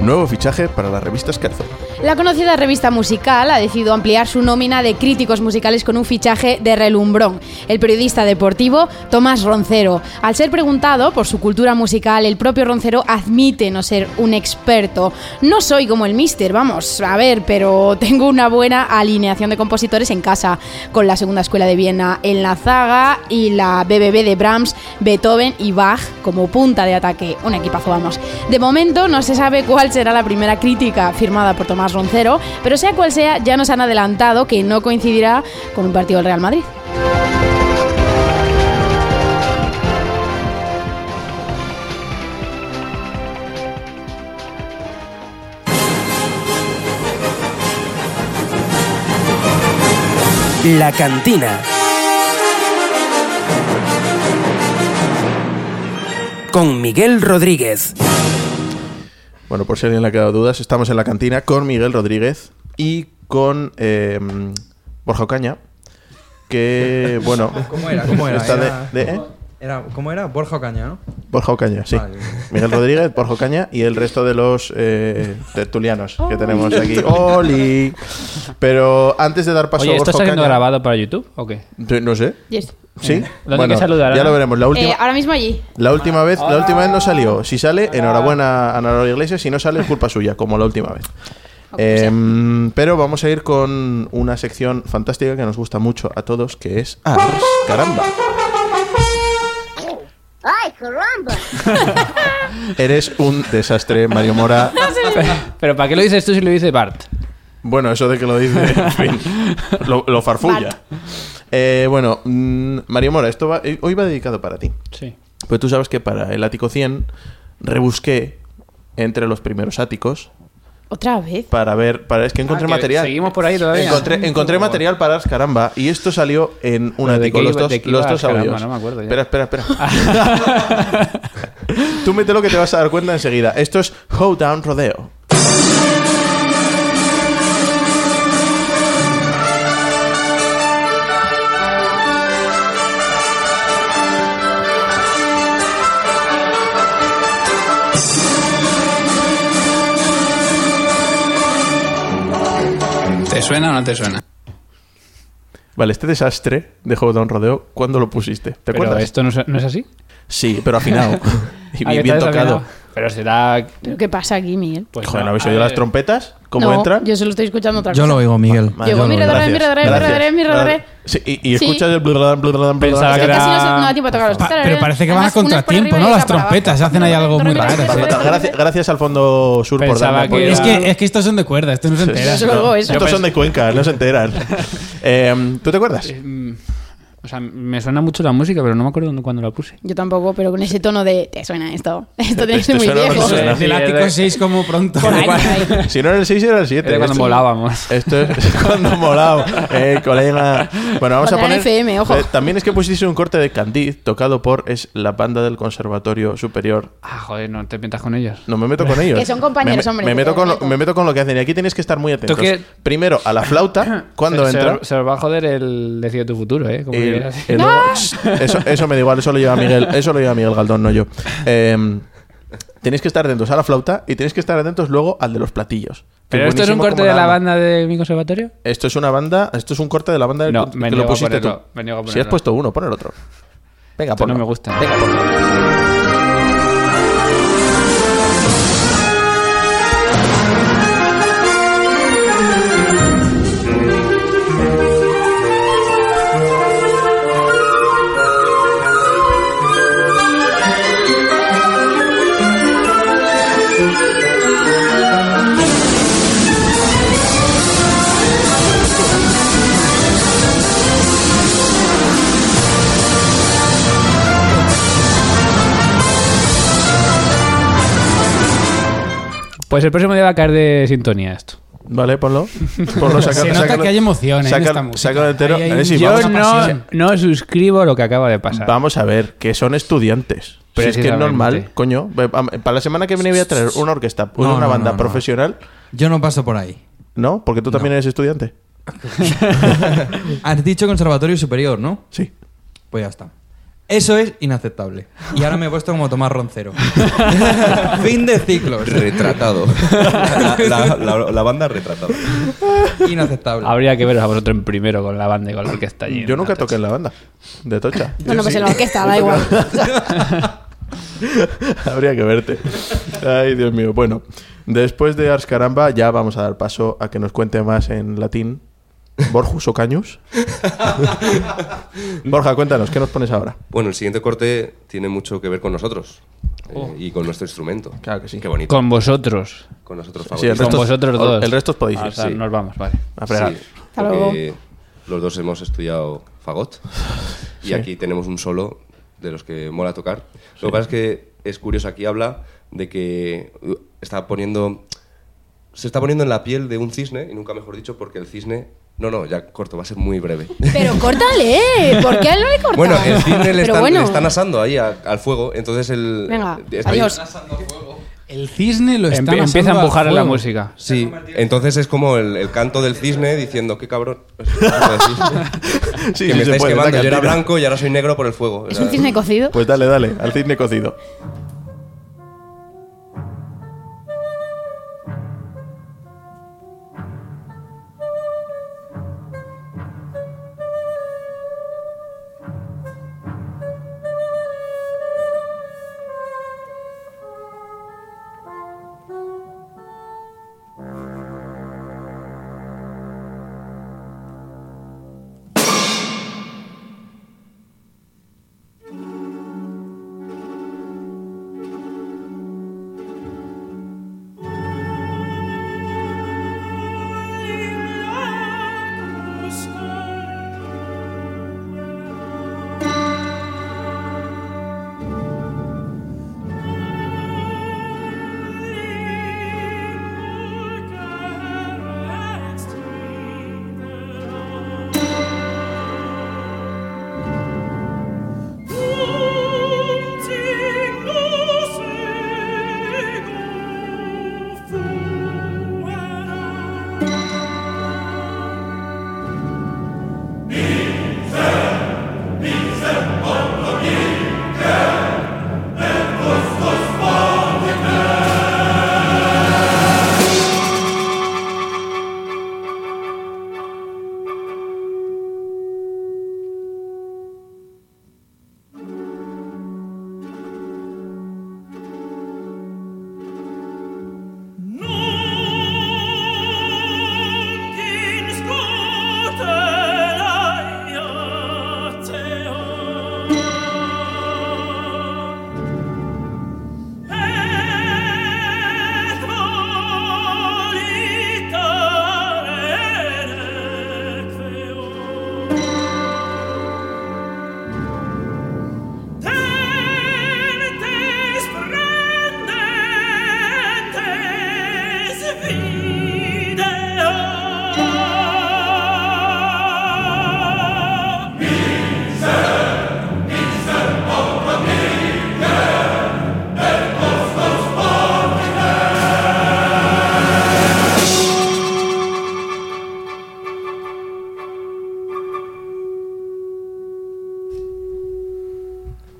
Nuevo fichaje para la revista Scherzo.
La conocida revista musical ha decidido ampliar su nómina de críticos musicales con un fichaje de relumbrón, el periodista deportivo Tomás Roncero. Al ser preguntado por su cultura musical, el propio Roncero admite no ser un experto. No soy como el mister, vamos, a ver, pero tengo una buena alineación de compositores en casa, con la Segunda Escuela de Viena en la zaga y la BBB de Brahms, Beethoven y Bach como punta de ataque. Un equipazo, vamos. De momento no se sabe cuál será la primera crítica firmada por Tomás Roncero, pero sea cual sea, ya nos han adelantado que no coincidirá con un partido del Real Madrid.
La cantina. Con Miguel Rodríguez.
Bueno, por si alguien le ha quedado dudas, estamos en la cantina con Miguel Rodríguez y con eh, Borja Ocaña, que, bueno,
¿Cómo era? ¿Cómo era?
está de-
Era-
de- ¿eh?
Era, ¿Cómo era? Borja Ocaña, ¿no?
Borja Ocaña, sí.
Vale.
Miguel Rodríguez, Borja Ocaña y el resto de los eh, tertulianos que tenemos aquí. ¡Oli! Pero antes de dar paso
Oye,
a
¿esto
Borja
está siendo
Ocaña-
grabado para YouTube o qué?
Te- No sé. ¿Sí?
¿Dónde que saludará?
Ya lo veremos. La última,
Eh, ahora mismo allí.
la última vez, la última vez no salió. Si sale, enhorabuena a Naro Iglesias. Si no sale, es culpa suya, como la última vez. Em, pero vamos a ir con una sección fantástica que nos gusta mucho a todos, que es Ars, caramba. Eres un desastre, Mario Mora.
Pero ¿para qué lo dices tú si lo dice Bart?
Bueno, eso de que lo dice, en fin, lo, lo farfulla. Eh, bueno, mm, Mario Mora, esto va, hoy va dedicado para ti.
Sí.
Pues tú sabes que para el ático 100 rebusqué entre los primeros áticos
Otra vez.
para ver, para es que encontré
Ah, que
material.
Seguimos por ahí todavía.
Encontré, encontré material para Ars Caramba y esto salió en un
Pero ¿de
ático,
qué
los
iba-
dos,
de qué
los
iba
dos
Ars Caramba?
audios.
No me acuerdo ya.
Espera, espera, espera. Tú mételo que te vas a dar cuenta enseguida. Esto es Down Rodeo.
¿Te suena o no te suena?
Vale, este desastre de Down Rodeo, ¿cuándo lo pusiste? ¿Te
Pero este.
acuerdas?
esto no es, no es así.
Sí, pero afinado. y
Ah, que
bien,
está
tocado.
desafinado. Pero será.
¿Pero qué pasa aquí, Miguel?
Pues
Joder,
no,
¿no habéis
a
oído
ver,
las trompetas? ¿Cómo
no,
entra?
yo solo estoy escuchando otra
Yo
cosa.
lo oigo, Miguel.
Madre,
Llegó
yo
mi
no-
radar, mi
gracias,
radar, mi
gracias.
radar, mi radar.
Sí, y, y
Sí.
escuchas el blurradar, blurradar,
Pensaba
Es que
blurradar.
casi no, se-
Era-
no da tiempo a tocar los
Pa- pero parece que van a
Además, una es por
contratiempo,
arriba y
¿no?
otra
Las
para abajo.
trompetas hacen ahí algo muy raro.
Gracias, gracias- gracias al Fondo Sur
Pensaba
por darme
que
apoyo.
era-
Es que, es que estos son de cuerda, estos no se enteran.
Yo luego eso.
Estos
Yo
son de Cuenca, no se enteran. Eh, ¿Tú te acuerdas?
Mm, O sea, me suena mucho la música, pero no me acuerdo dónde- cuándo la puse.
Yo tampoco, pero con ese tono de ¿te suena esto? Esto tiene que
¿Te
ser muy
suena o no te
viejo.
suena?
Sí,
Del
es de-
ático 6 como pronto.
Por ahí, por ahí.
Si no era el 6, era el 7.
Era cuando
Esto-
volábamos.
Esto es cuando molado, eh, colega. Bueno, vamos
Cuando
a
era
poner.
FM, ojo.
Eh, también es que pusiste un corte de Candid tocado por es la banda del Conservatorio Superior.
Ah, joder, no te metas con ellos.
No me meto con ellos.
Que son compañeros,
me,
hombre,
Me
que
meto,
te
con lo,
meto.
me meto con lo que hacen. Y aquí tenéis que estar muy atentos.
¿Tú qué?
Primero a la flauta, cuando
se,
entra.
Se, se os va a joder el Decide tu futuro, ¿eh? Como quieras.
Y- y luego- eso, eso me da igual, eso lo lleva Miguel, eso lo lleva Miguel Galdón, no yo. Em, tenéis que estar atentos a la flauta y tenéis que estar atentos luego al de los platillos. que
¿Pero esto es un
buenísimo
corte
como
de la
nada.
banda de mi conservatorio?
Esto es una banda, esto es un corte de la banda del
No,
que
me
lo
niego a
pusiste
ponerlo,
tú.
me niego a
si has
ponerlo.
puesto uno, pon el otro. Venga,
Esto
ponlo.
no me gusta.
Venga, ponlo.
Pues el próximo día va a caer de sintonía esto.
Vale, ponlo. Ponlo, saca-
Se nota
sácalo-
que hay emoción, ¿eh? en
saca-
esta música.
sácalo entero.
Ahí hay
Eh, sí,
un-
Yo
vamos,
a
no,
pasar.
no suscribo lo que acaba de pasar.
vamos a ver, que son estudiantes. Pero es que es
Precisamente.
normal, coño. Para la semana que viene voy a traer una orquesta, pues
No,
una
no,
banda
no, no.
profesional.
Yo no paso por ahí.
¿No? Porque tú también eres estudiante.
Has dicho conservatorio superior, ¿no?
Sí.
Pues ya está. Eso es inaceptable. Y ahora me he puesto como Tomás Roncero. fin de ciclos.
Retratado. La, la- la- la banda retratada.
Inaceptable.
Habría que veros a vosotros en primero con la banda y con la orquesta allí.
Yo nunca toqué en la banda de Tocha.
Bueno, pues
Sí.
en la orquesta, da igual.
Habría que verte. Ay, Dios mío. Bueno, después de Ars Caramba, ya vamos a dar paso a que nos cuente más en latín Borjus Ocañus. Borja, cuéntanos, ¿qué nos pones ahora?
Bueno, el siguiente corte tiene mucho que ver con nosotros eh, y con nuestro instrumento.
Oh. Claro que sí.
Qué bonito.
Con vosotros.
Con nosotros
Sí, el
favoritos.
Con
resto-
vosotros dos.
El resto os podéis
Ah, o
ir.
sea,
Sí.
Nos vamos, vale.
A fregar.
Sí,
Hasta
porque los dos hemos estudiado fagot y
Sí.
aquí tenemos un solo de los que mola tocar. Lo que pasa es que es curioso, aquí habla de que uh, está poniendo se está poniendo en la piel de un cisne y nunca mejor dicho porque el cisne no, no, ya corto, va a ser muy breve.
Pero córtale, ¿por qué lo he cortado?
Bueno, el cisne
Pero
le están,
bueno.
le están asando ahí a- al fuego, entonces el...
Venga,
está-
adiós.
El cisne lo está
Empe- empieza a empujar en la música.
Sí, entonces es como el, el canto del cisne diciendo, qué cabrón.
Sí,
que
sí,
me
se
estáis
puede,
quemando.
la
Yo era
cantina.
blanco y ahora soy negro por el fuego.
¿Es
O sea,
un cisne cocido?
Pues dale, dale, al cisne cocido.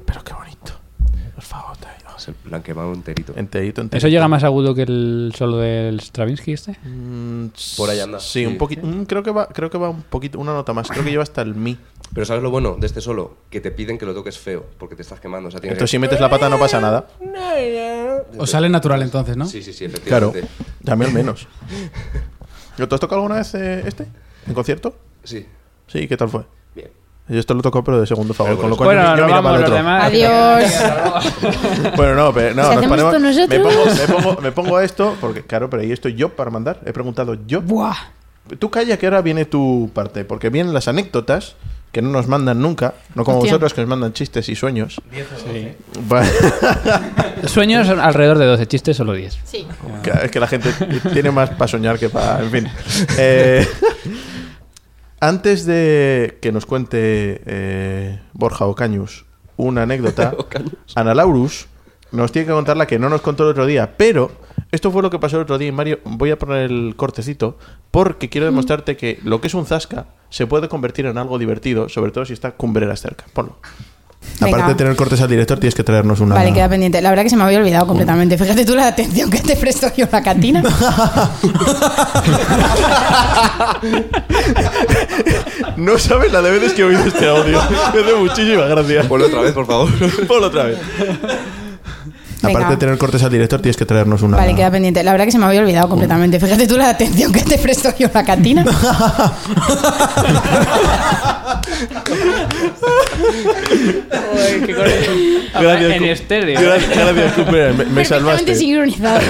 Pero qué bonito. Por favor, te ayudo.
se lo han quemado enterito.
Enterito, enterito.
¿Eso llega más agudo que el solo del Stravinsky este?
Por ahí anda.
Sí, un poquito. mm, creo que va, creo que va un poquito, una nota más. Creo que lleva hasta el mi.
Pero ¿sabes lo bueno de este solo? Que te piden que lo toques feo, porque te estás quemando. O sea, tienes
Entonces si metes la pata no pasa nada.
que-
O sale natural entonces, ¿no?
Sí, sí, sí,
Claro.
efectivamente.
A mí al menos. ¿Lo has tocado alguna vez eh, este? ¿En concierto?
Sí.
Sí, ¿qué tal fue?
Bien.
Yo esto lo tocó, pero de segundo favor.
Pero
Con lo cual
Bueno,
yo, yo
nos
miraba
vamos
al
los
otro.
demás.
Adiós.
Bueno, no, pero no,
Si
nos
hacemos
ponemos-
esto nosotros.
me, pongo, me, pongo, me pongo a esto, porque claro, pero ahí estoy yo para mandar. He preguntado yo.
Buah.
Tú calla que ahora viene tu parte, porque vienen las anécdotas que no nos mandan nunca, no como
Hostia.
vosotros que nos mandan chistes y sueños. Va-
Sueños alrededor de 12, chistes solo 10.
Sí.
Que- Es que la gente tiene más para soñar que para. En fin. Eh, antes de que nos cuente eh, Borja Ocañus una anécdota. Analaurus nos tiene que contar la que no nos contó el otro día, pero esto fue lo que pasó el otro día. Y Mario, voy a poner el cortecito porque quiero demostrarte que lo que es un zasca se puede convertir en algo divertido, sobre todo si está cumbreras cerca. Ponlo.
Venga.
Aparte de tener cortes al director, tienes que traernos una.
Vale, queda pendiente. La verdad que se me había olvidado completamente. Fíjate tú la atención que te presto yo a la catina.
No sabes la de veces que he oído este audio. Me hace muchísima gracia. Ponlo otra vez, por favor. Ponlo otra vez.
Venga.
Aparte de tener cortes al director, tienes que traernos una.
Vale, queda pendiente. La verdad que se me había olvidado completamente. Fíjate tú la atención que te presto yo a la catina.
Gracias, en estéreo.
Gracias, gracias, Cooper. Me, me
Perfectamente
salvaste.
sincronizado.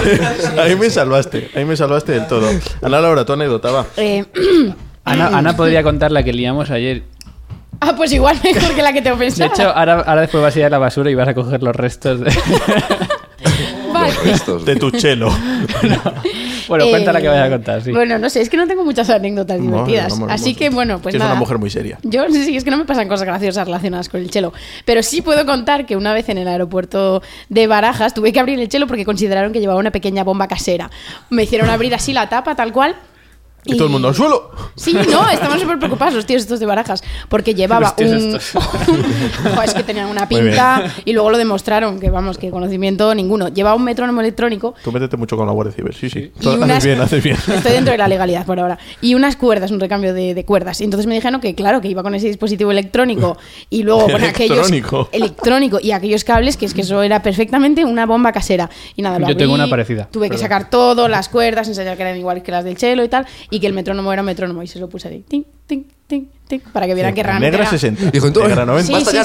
ahí me salvaste. Ahí me salvaste del todo. Ana Laura, tu anécdota, va.
Eh,
Ana, Ana podría contar la que liamos ayer.
ah, pues igual mejor que la que te
De
pensaba.
hecho, ahora, ahora después vas a ir a la basura y vas a coger los restos de...
Vale.
Pues
Estos.
De tu chelo.
Pues
Bueno,
Eh,
cuenta la que vayas a contar, sí.
Bueno, no sé, es que no tengo muchas anécdotas
Vale,
divertidas.
vamos,
así
vamos.
que bueno, pues
Que es
nada.
una mujer muy seria.
Yo sí, sí, es que no me pasan cosas graciosas relacionadas con el chelo. Pero sí puedo contar que una vez en el aeropuerto de Barajas tuve que abrir el chelo porque consideraron que llevaba una pequeña bomba casera. Me hicieron abrir así la tapa, tal cual.
Y todo el mundo al suelo.
Sí, no, estaban súper preocupados los tíos estos de barajas, porque llevaba
Los tíos
un... un- Jo, es que tenían una
Muy bien.
pinta y luego lo demostraron, que vamos, que conocimiento ninguno. Llevaba un metrónomo electrónico
Tú métete mucho con la Guardia Civil. Sí, sí.
y unas-
Haces bien, haces bien.
Estoy dentro de la legalidad por ahora. Y unas cuerdas, un recambio de, de cuerdas. Y entonces me dijeron que, claro, que iba con ese dispositivo electrónico y luego con aquellos.
Electrónico.
Electrónico. Y aquellos cables, que es que eso era perfectamente una bomba casera. Y nada, lo
Yo tengo
abrí,
una parecida,
Tuve que
perdón.
sacar todo, las cuerdas, ensayar que eran iguales que las del chelo y tal. Y que el metrónomo era un metrónomo. Y se lo puse ahí. Ting, ting, ting, ting, para que vieran que realmente.
Negra
era-
60.
Dijo, entonces-
Negra 90.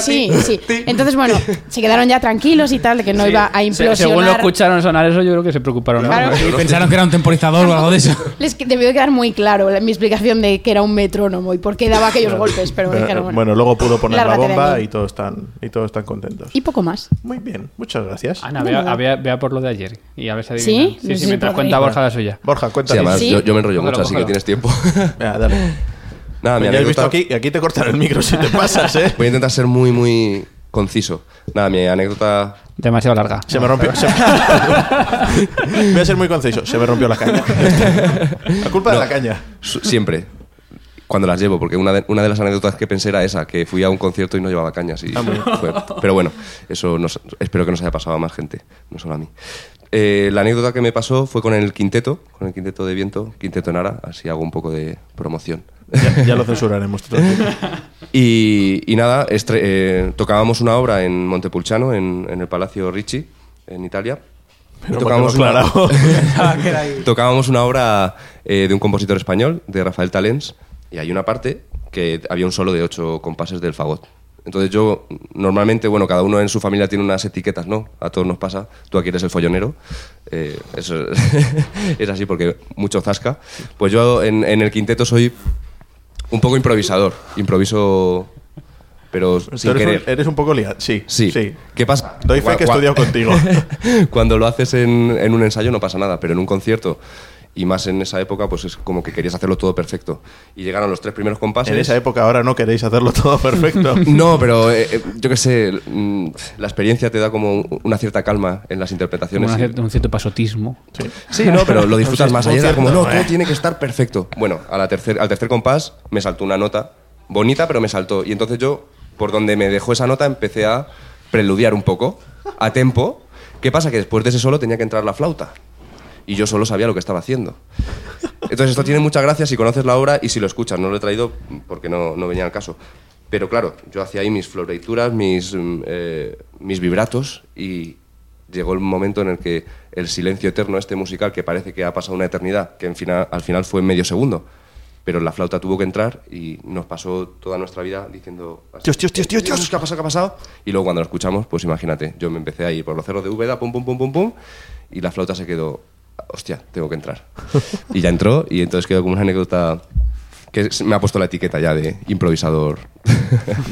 Sí, sí, sí, sí. Entonces, bueno, se quedaron ya tranquilos y tal, de que no
Sí.
iba a
Se-
implosionar.
Según lo escucharon sonar eso, yo creo que se preocuparon. ¿no?
Claro.
Y pensaron que era un temporizador o algo de eso.
Les que- debió quedar muy claro la- mi explicación de que era un metrónomo y por qué daba aquellos golpes, pero me
Pero,
dijeron,
eh,
bueno,
bueno, luego pudo poner la
lárgate de
bomba
aquí.
y todos están, y todos están contentos.
Y poco más.
Muy bien, muchas gracias.
Ana, vea, a- vea- vea por lo de ayer y a ver si
¿Sí?
adivina. Sí,
No
sí,
sé si
mientras
podré.
cuenta Borja la suya.
Borja,
Sí,
cuéntame.
además,
¿Sí?
yo, yo me enrollo
Cógelo,
mucho, así que
cógelo.
tienes tiempo.
Venga, dale.
Nada, mi
ya has visto
anécdota-
aquí, aquí te cortan el micro si te pasas, ¿eh?
Voy a intentar ser muy, muy conciso. Nada, mi anécdota
Demasiado larga.
Se me rompió. se me- Voy a ser muy conciso. Se me rompió la caña. La culpa de
No.
la caña.
Su- Siempre. Cuando las llevo, porque una de, una de las anécdotas que pensé era esa, que fui a un concierto y no llevaba cañas. Y fue- pero bueno, eso nos- espero que nos haya pasado a más gente, no solo a mí. Eh, la anécdota que me pasó fue con el quinteto, con el quinteto de viento, quinteto Nara, así hago un poco de promoción.
Ya, ya lo censuraremos. todo el tiempo.
Y, y nada, estre- eh, tocábamos una obra en Montepulciano, en, en el Palacio Ricci, en Italia.
Pero
Tocábamos
bueno,
una-
aclarado.
Tocábamos una obra eh, de un compositor español, de Rafael Talens, y hay una parte que había un solo de ocho compases del fagot. Entonces yo, normalmente, bueno, cada uno en su familia tiene unas etiquetas, ¿no? A todos nos pasa. Tú aquí eres el follonero. Eh, eso es, es así porque mucho zasca. Pues yo en, en el quinteto soy un poco improvisador. Improviso, pero
Tú
sin
eres,
querer.
un, eres un poco liado. Sí,
Sí.
sí.
¿Qué pasa?
Doy fe
Gua-
que he
gua-
estudiado contigo.
Cuando lo haces en, en un ensayo no pasa nada, pero en un concierto y más en esa época, pues es como que querías hacerlo todo perfecto. Y llegaron los tres primeros compases.
En esa época ahora no queréis hacerlo todo perfecto.
No, pero eh, eh, yo qué sé, mm, la experiencia te da como una cierta calma en las interpretaciones.
Una
y-
cier- un cierto pasotismo.
Sí, no, pero lo disfrutas
Entonces,
más. Ayer era como, no,
concierto,
todo
eh.
tiene que estar perfecto. Bueno, a la tercer, al tercer compás me saltó una nota bonita, pero me saltó. Y entonces yo, por donde me dejó esa nota, empecé a preludiar un poco, a tempo. ¿Qué pasa? Que después de ese solo tenía que entrar la flauta. Y yo solo sabía lo que estaba haciendo. Entonces esto tiene mucha gracia si conoces la obra y si lo escuchas. No lo he traído porque no, no venía al caso. Pero claro, yo hacía ahí mis florituras, mis, mm, eh, mis vibratos y llegó el momento en el que el silencio eterno, este musical que parece que ha pasado una eternidad, que en fina- al final fue medio segundo, pero la flauta tuvo que entrar y nos pasó toda nuestra vida diciendo... así,
Dios, Dios, Dios, Dios, Dios.
¿qué ha pasado, qué ha pasado? Y luego cuando lo escuchamos, pues imagínate, yo me empecé a ir por los cerros de Úbeda, pum, pum, pum, pum, pum, y la flauta se quedó, hostia, tengo que entrar. Y ya entró, y entonces quedó como una anécdota que se- me ha puesto la etiqueta ya de improvisador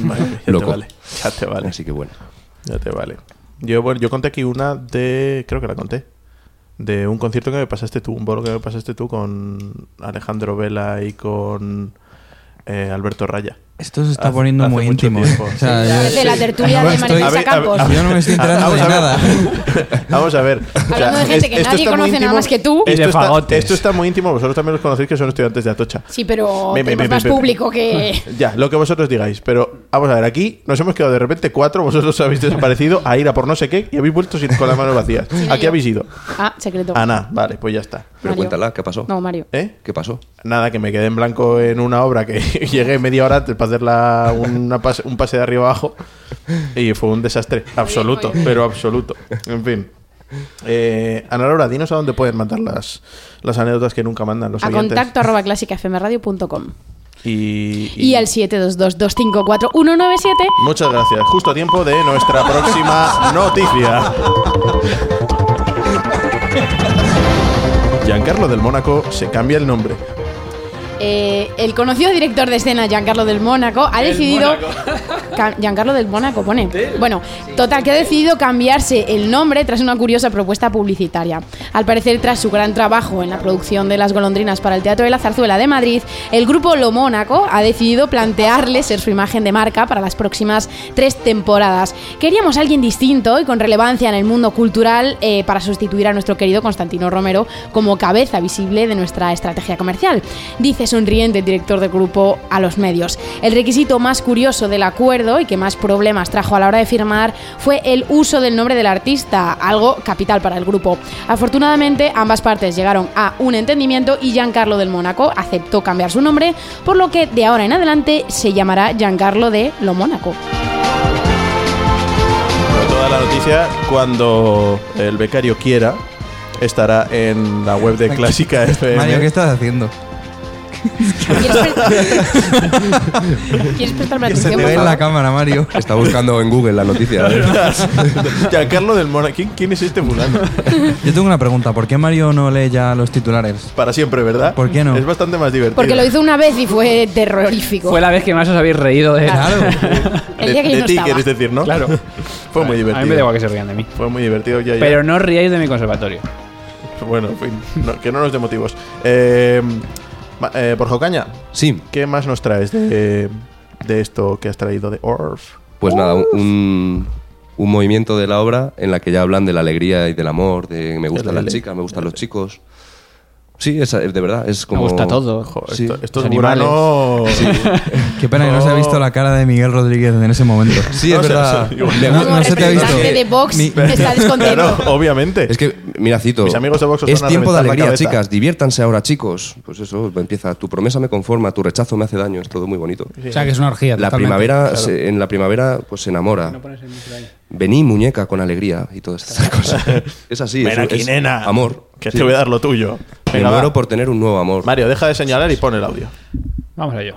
Vale, ya
loco.
te vale. Ya te vale.
Así que bueno.
Ya te vale. Yo, bueno, yo conté aquí una de. Creo que la conté. De un concierto que me pasaste tú, un bolo que me pasaste tú con Alejandro Vela y con eh, Alberto Raya.
Esto se está
Hace-
poniendo
hace
muy
mucho
íntimo. ¿eh?
tiempo,
O sea,
Eh, sí.
yo-
De la tertulia
No
de
estoy-
Marisa Campos.
Yo no me estoy enterando
Vamos
de
a ver.
nada.
Vamos a ver. O sea,
Hablando de gente
es-
que
esto
nadie
está muy
conoce nada
íntimo.
más que tú.
Y de
Esto está,
fagotes.
esto está muy íntimo. Vosotros también los conocéis que son estudiantes de Atocha.
Sí, pero
Ve, ve,
tenemos
ve,
más
ve, ve.
público que...
Ya, lo que vosotros digáis. Pero vamos a ver, aquí nos hemos quedado de repente cuatro. Vosotros habéis desaparecido a ir a por no sé qué y habéis vuelto sin, con las manos vacías.
Sí,
¿A qué
yo.
habéis ido?
Ah, secreto.
Ana, vale, pues ya está.
Pero
Mario.
cuéntala, ¿qué pasó?
No, Mario.
¿Eh?
¿Qué pasó?
Nada, que me quedé en blanco en una obra que llegué media hora antes para hacerla una pas- un pase de arriba abajo y fue un desastre absoluto, pero absoluto. En fin. Eh, Ana Laura, dinos a dónde pueden mandar las, las anécdotas que nunca mandan los
A
oyentes.
contacto arroba clásicafmradio.com.
Y, y-
Y al 722-254-197.
Muchas gracias. Justo a tiempo de nuestra próxima noticia. Giancarlo del Mónaco se cambia el nombre.
Eh, el conocido director de escena, Giancarlo del Mónaco, ha decidido. Ca- Giancarlo del Mónaco pone. Bueno, total, que ha decidido cambiarse el nombre tras una curiosa propuesta publicitaria. Al parecer, tras su gran trabajo en la producción de Las Golondrinas para el Teatro de la Zarzuela de Madrid, el grupo Lo Mónaco ha decidido plantearle ser su imagen de marca para las próximas tres temporadas. Queríamos a alguien distinto y con relevancia en el mundo cultural eh, para sustituir a nuestro querido Constantino Romero como cabeza visible de nuestra estrategia comercial, dice sonriente el director del grupo a los medios. El requisito más curioso del acuerdo y que más problemas trajo a la hora de firmar fue el uso del nombre del artista, algo capital para el grupo. Afortunadamente, ambas partes llegaron a un entendimiento y Giancarlo del Mónaco aceptó cambiar su nombre, por lo que de ahora en adelante se llamará Giancarlo de Lo Mónaco.
Pero toda la noticia, cuando el becario quiera, estará en la web de Clásica FM.
Mario, ¿qué estás haciendo?
¿Quieres, pre- ¿Quieres prestarme
Que se
atención?
te
por
ve en la
favor?
cámara, Mario.
Está buscando en Google la noticia. a ver.
Giancarlo del Mónaco. ¿Quién, quién es este fulano?
Yo tengo una pregunta. ¿Por qué Mario no lee ya los titulares?
Para siempre, ¿verdad?
¿Por qué no?
Es bastante más divertido.
Porque lo hizo una vez y fue terrorífico.
Fue la vez que más os habéis reído de
El día que
de
yo no
ti,
estaba.
quieres decir, ¿no?
Claro.
Fue muy
A mí me da
divertido.
igual que se rían de mí.
Fue muy divertido. Ya, ya.
Pero no os riáis de mi conservatorio.
Bueno, en fin, no, que no nos dé motivos. Eh, ma- eh, Borjo Caña,
Sí,
¿qué más nos traes de, de esto que has traído de Orf?
pues nada, un, un movimiento de la obra en la que ya hablan de la alegría y del amor, de me gustan las
Dale.
chicas, me gustan los chicos. Sí, es, es de verdad, es como...
gusta todo.
Jo,
Sí.
esto, esto
los
es Burano.
Qué pena que no se ha visto la cara de Miguel Rodríguez en ese momento.
Sí, es
No, se-
verdad.
se- yo-
Le-
No,
Como
no se te ha visto.
representante de Vox
Mi-
está
Claro,
descontento.
obviamente.
Es que, mira, Cito,
Mis amigos de Vox os
es
van a
tiempo de
reventar la
alegría,
cabeza.
chicas. Diviértanse ahora, chicos. Pues eso, empieza. Tu promesa me conforma, tu rechazo me hace daño. Es todo muy bonito.
O sea, que es una orgía.
La
totalmente.
primavera, se- en la primavera, pues se enamora. Vení, muñeca, con alegría y todas estas cosas. Es así.
Ven
es,
aquí,
es
nena.
Amor.
Que
Sí.
te voy a dar lo tuyo.
Me
Venga,
muero
va.
por tener un nuevo amor.
Mario, deja de señalar y pon el audio.
Vamos a ello.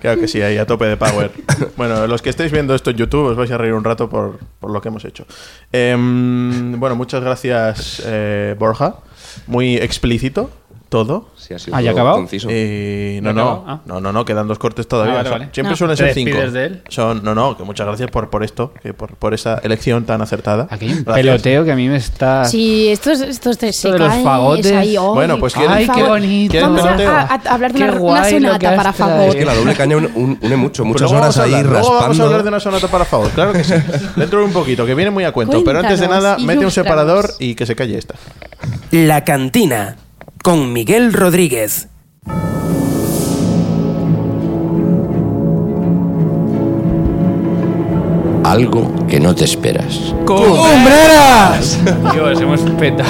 Claro que sí, ahí a tope de power. bueno, los que estáis viendo esto en YouTube os vais a reír un rato por, por lo que hemos hecho. Em, bueno, muchas gracias, eh, Borja. Muy explícito todo.
Sí, ha sido
Ah, ¿ya
todo
acabado?
conciso.
Eh, no,
¿Ya
no,
acabó? Ah.
no, no, no, quedan dos cortes todavía.
Ah, vale,
Son-
vale.
Siempre
No.
suelen
¿Te
ser cinco.
despides de él?
Son, no, no, que muchas gracias por, por esto, que por, por esa elección tan acertada.
Aquí hay un
Gracias.
peloteo que a mí me está.
Sí, estos, estos tres
Esto
se
de los
caen,
fagotes.
es ahí, hoy.
Bueno, pues, ¿quieres-
Ay,
Por
qué
favor,
bonito.
Vamos
¿Quieres
a, a- a hablar de
Qué
una, una
guay eh. lo que
sonata
has
para
traído.
favor.
Es que la doble caña un- un- une mucho,
Pero
muchas
luego vamos
horas
a
ahí
hablar, luego vamos a
raspando.
hablar de una sonata para favor, claro que sí. Dentro de un poquito, que viene muy a cuento. pero antes de
Cuéntanos,
nada, mete un
ilústranos.
separador y que se calle esta.
La Cantina con Miguel Rodríguez.
Atención.
algo que no te esperas.
¡Cumbreras!
Dios, hemos petado.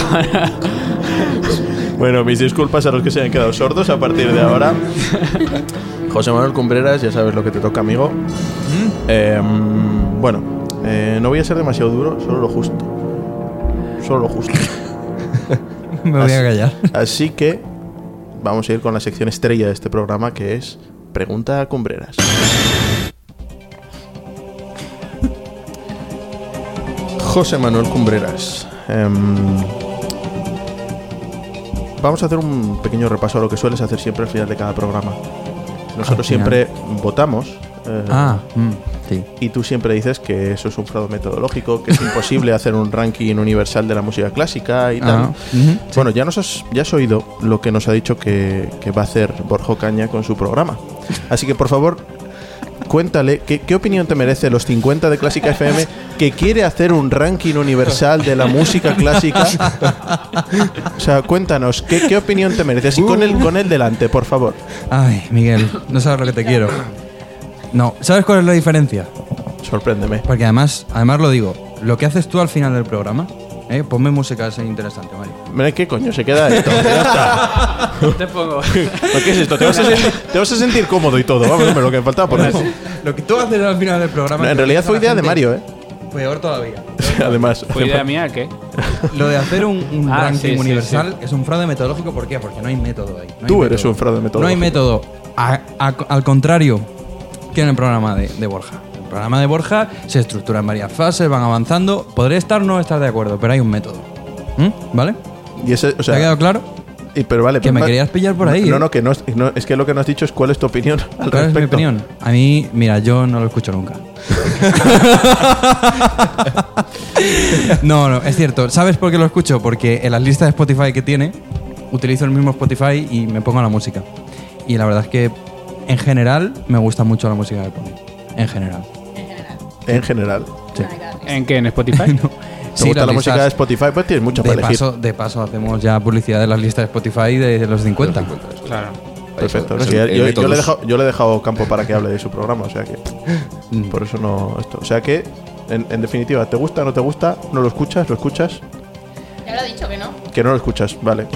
Bueno, mis disculpas a los que se han quedado sordos a partir de ahora. José Manuel Cumbreras, ya sabes lo que te toca, amigo. Eh, mm, bueno, eh, no voy a ser demasiado duro, solo lo justo. Solo lo justo.
Me voy a callar.
Así que vamos a ir con la sección estrella de este programa que es Pregunta a Cumbreras. José Manuel Cumbreras. em, vamos a hacer un pequeño repaso a lo que sueles hacer siempre al final de cada programa. Nosotros
Al final.
siempre votamos. eh,
Ah, mm, sí.
y tú siempre dices que eso es un fraude metodológico, que es imposible hacer un ranking universal de la música clásica y tal.
Ah, ujú,
Bueno, ya, nos has, ya has oído lo que nos ha dicho que, que va a hacer Borjo Caña con su programa. Así que, por favor, cuéntale qué, qué opinión te merece los 50 de Clásica FM que quiere hacer un ranking universal de la música clásica. O sea, cuéntanos, ¿qué, qué opinión te merece? Y
Uh.
con él, con él delante, por favor.
Ay, Miguel, no sabes lo que te quiero. No, ¿sabes cuál es la diferencia?
Sorpréndeme.
Porque además, además lo digo, lo que haces tú al final del programa, ¿eh? ponme música es interesante, Mario.
Mira, ¿qué coño se queda esto? Ya está.
Te pongo.
¿Qué es esto? Te vas, a sentir, te vas a sentir cómodo y todo. Vamos, hombre, lo que me faltaba poner.
Lo que tú haces al final del programa.
No, en realidad fue idea de Mario, ¿eh?
Peor todavía.
Además.
¿Fue idea mía qué?
Lo de hacer un, un
Ah,
ranking
sí, sí,
universal es un fraude metodológico, ¿por qué? Porque no hay método ahí. no hay
Tú eres
método.
un fraude metodológico.
No hay método. A- a- al contrario que en el programa de, de Borja. El programa de Borja se estructura en varias fases, van avanzando. Podré estar o no estar de acuerdo, pero hay un método. ¿Mm? ¿Vale?
Y ese, o
¿Te ha
sea,
quedado claro?
y- pero vale,
que
pero
me
ma-
querías pillar por ahí,
No,
¿eh?
no, que no, es- no, es que lo que no has dicho es cuál es tu opinión al
¿Cuál es mi
respecto.
opinión? A mí, mira, yo no lo escucho nunca. no, no, es cierto. ¿Sabes por qué lo escucho? Porque en las listas de Spotify que tiene, utilizo el mismo Spotify y me pongo la música. Y la verdad es que, en general, me gusta mucho la música que pone. En general.
En general.
Sí.
¿En qué? ¿En Spotify?
¿Te
Sí,
gusta
las
la música
listas-
de Spotify? Pues tienes mucho para
de
elegir.
paso, de paso hacemos ya publicidad de las listas de Spotify de, de los 50.
Claro.
Perfecto.
Eso,
sí,
el-
Pues yo,
el
yo
método
le he
es-
dejado, yo le he dejado campo para que hable de su programa, o sea que.
Mm.
Por eso no. Esto. O sea que, en, en definitiva, ¿te gusta no te gusta? ¿No lo escuchas? ¿Lo escuchas?
Ya lo he dicho que no.
Que no lo escuchas, vale.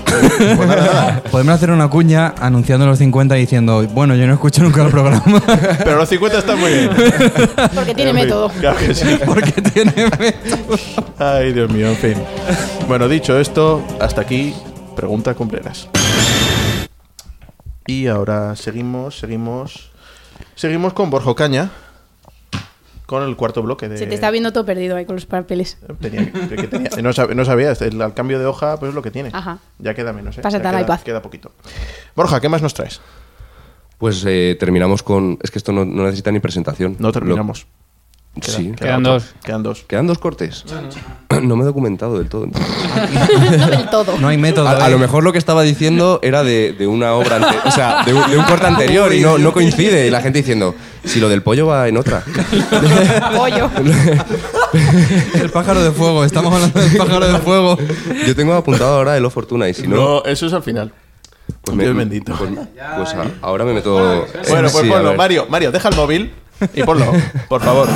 Podemos hacer una cuña anunciando los 50 y diciendo, bueno, yo no escucho nunca el programa.
Pero los 50 están muy bien.
Porque tiene
En fin,
método.
Claro que sí.
porque tiene
Ay, Dios mío, en fin. Bueno, dicho esto, hasta aquí, pregunta cumpleras. Y ahora seguimos, seguimos. Seguimos con Borjo Caña. Con el cuarto bloque de.
Se te está viendo todo perdido ahí con los papeles.
Tenía- que tenía- no, sab- no sabía, el, al cambio de hoja, pues es lo que tiene.
Ajá.
Ya queda menos, ¿eh?
Pásate
Ya
al
queda,
iPad.
Queda poquito. Borja, ¿qué más nos traes?
Pues eh, terminamos con. Es que esto no, no necesita ni presentación.
No terminamos.
Lo-
Queda-
sí.
queda
Quedan
otro.
dos.
Quedan dos.
Quedan dos cortes. No me he documentado del todo. entonces.
no del todo.
No hay método.
A, a
¿eh?
lo mejor lo que estaba diciendo era de, de una obra, ante- o sea, de un, de un corte anterior y no, no coincide. Y la gente diciendo, si lo del pollo va en otra.
Pollo.
El pájaro de fuego, estamos hablando del pájaro de fuego.
Yo tengo apuntado ahora el O Fortuna y si no.
No, eso es al final.
pues me-
Dios bendito.
Pues, pues a- ahora me meto.
Bueno,
eh,
pues
sí, a
ponlo,
ver.
Mario, Mario, deja el móvil y ponlo, por favor.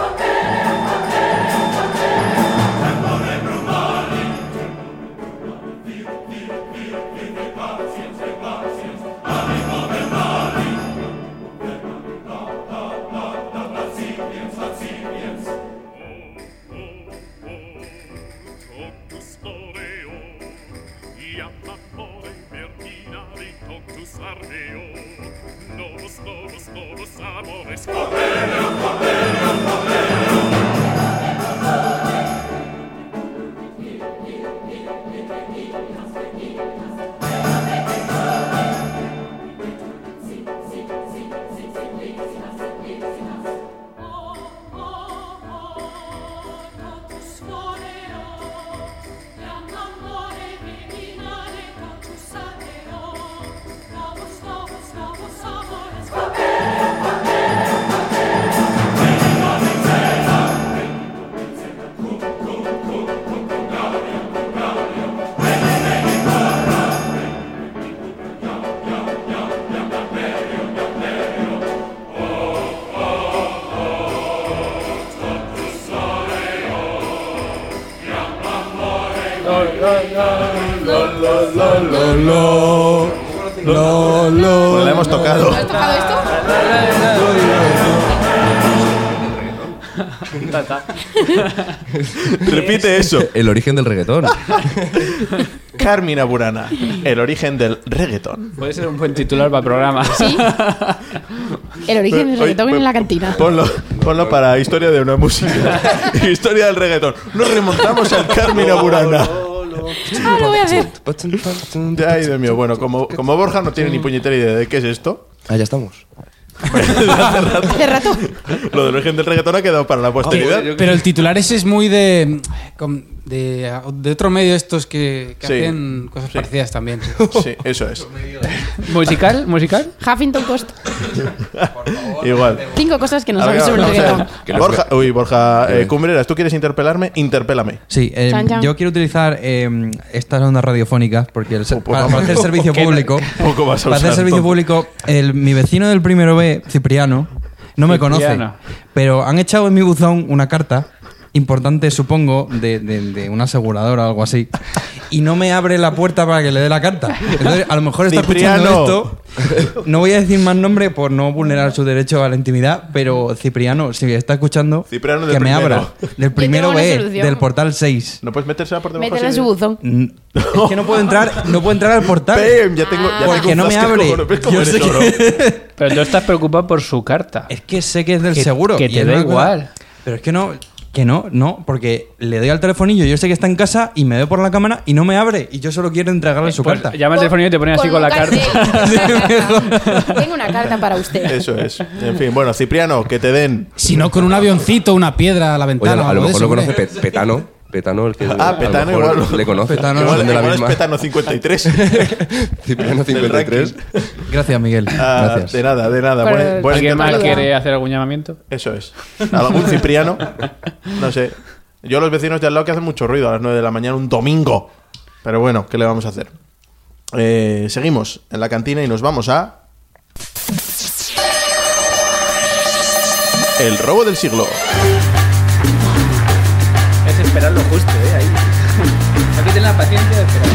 Thank you.
Lo,
Pues
lo, la hemos tocado.
¿Has tocado esto?
Repite eso.
El origen del reggaetón.
Carmina Burana, el origen del reggaetón.
Puede ser un buen titular para el programa.
El origen del
Oye, pues,
reggaetón en la cantina.
Ponlo, ponlo para historia de una música. historia del reggaetón. Nos remontamos al Carmina Burana.
pues,
Ah, lo voy a hacer.
Ay, Dios mío. Bueno, como, como Borja no tiene ni puñetera idea de qué es esto,
Ah, ya estamos.
Hace rato.
lo del origen del reggaetón ha quedado para la posteridad.
Pero el titular ese es muy de. com- De, de otro medio estos que, que
Sí.
hacen cosas parecidas también.
Sí, eso es.
¿Musical? ¿Musical?
Huffington Post.
Igual.
Cinco cosas que no
A ver,
sabes sobre el
vamos a ver.
reggaetón.
Que los
Borja, uy, Borja eh,
bien.
Cumbreras, ¿tú quieres interpelarme? Interpélame.
Sí, eh,
Chan, chan.
yo quiero utilizar eh, estas ondas radiofónicas porque el,
Oh, pues
ser- para, para hacer servicio público,
Poco vas a
para hacer
usar,
servicio
tonto.
público, el- mi vecino del primero B, Cipriano, no me conoce,
Cipriano.
pero han echado en mi buzón una carta importante, supongo, de, de- de una aseguradora o algo así, y no me abre la puerta para que le dé la carta. Entonces, a lo mejor está
Cipriano.
escuchando esto. No voy a decir más nombre por no vulnerar su derecho a la intimidad, pero Cipriano, si está escuchando,
Cipriano del
que me
primero.
abra. Del primero
una
B,
solución.
del portal 6.
¿No puedes meterse por debajo?
Mételo en
así
su
de-
buzón.
N- Es que no puedo entrar, no puedo entrar al portal.
¡Pem! Ya tengo, ya
Porque
tengo
no me
zasca,
abre.
cojones. ¿Ves cómo
Yo
eres,
sé que-
oro?
Pero tú estás preocupado por su carta.
Es que sé que es del
Que-
seguro.
que
y
te
es
da
una cosa-
igual.
Pero es que no, que no, no, porque le doy al telefonillo, yo sé que está en casa y me veo por la cámara y no me abre. Y yo solo quiero entregarle su
Pues
carta.
Llama al teléfono y te ponen así con la
Colocarte
carta.
una carta. Tengo una carta para usted.
Eso es. En fin, bueno, Cipriano, que te den.
Si no, con un avioncito, una piedra a la
Oye,
ventana.
a lo, a
o
lo
algo de eso,
mejor lo
hombre.
conoce Pe- Petano. Petano, el que
Ah, Petano
a lo mejor
igual.
le conoce.
Petano,
Son
Igual,
de la
igual es
misma.
Petano 53.
Cipriano 53.
Gracias, Miguel.
Ah,
Gracias.
de nada, de nada.
Pero-
Buen, buen
¿Alguien más
intento.
quiere hacer algún llamamiento?
Eso es. ¿Algún Cipriano? No sé. Yo los vecinos de al lado que hacen mucho ruido a las 9 de la mañana un domingo. Pero bueno, ¿qué le vamos a hacer? Eh, seguimos en la cantina y nos vamos a... El robo del siglo.
Es esperar lo justo, ¿eh? Ahí. Hay que tener la paciencia de esperar.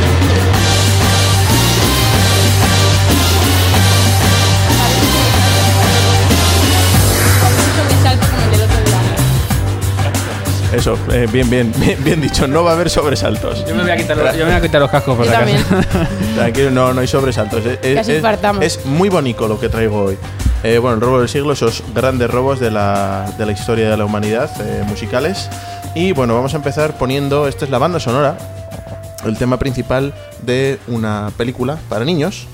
Eso, eh, bien, bien, bien, bien dicho. No va a haber sobresaltos.
Yo me voy a quitar los, yo me voy a quitar los cascos por
Yo
la casa.
también.
Tranquilo, no, no hay sobresaltos. Es, es-
Casi
es-
infartamos.
es muy bonito lo que traigo hoy. Eh, bueno, el robo del siglo, esos grandes robos de la, de la historia de la humanidad, eh, musicales. Y bueno, vamos a empezar poniendo, esta es la banda sonora, el tema principal de una película para niños.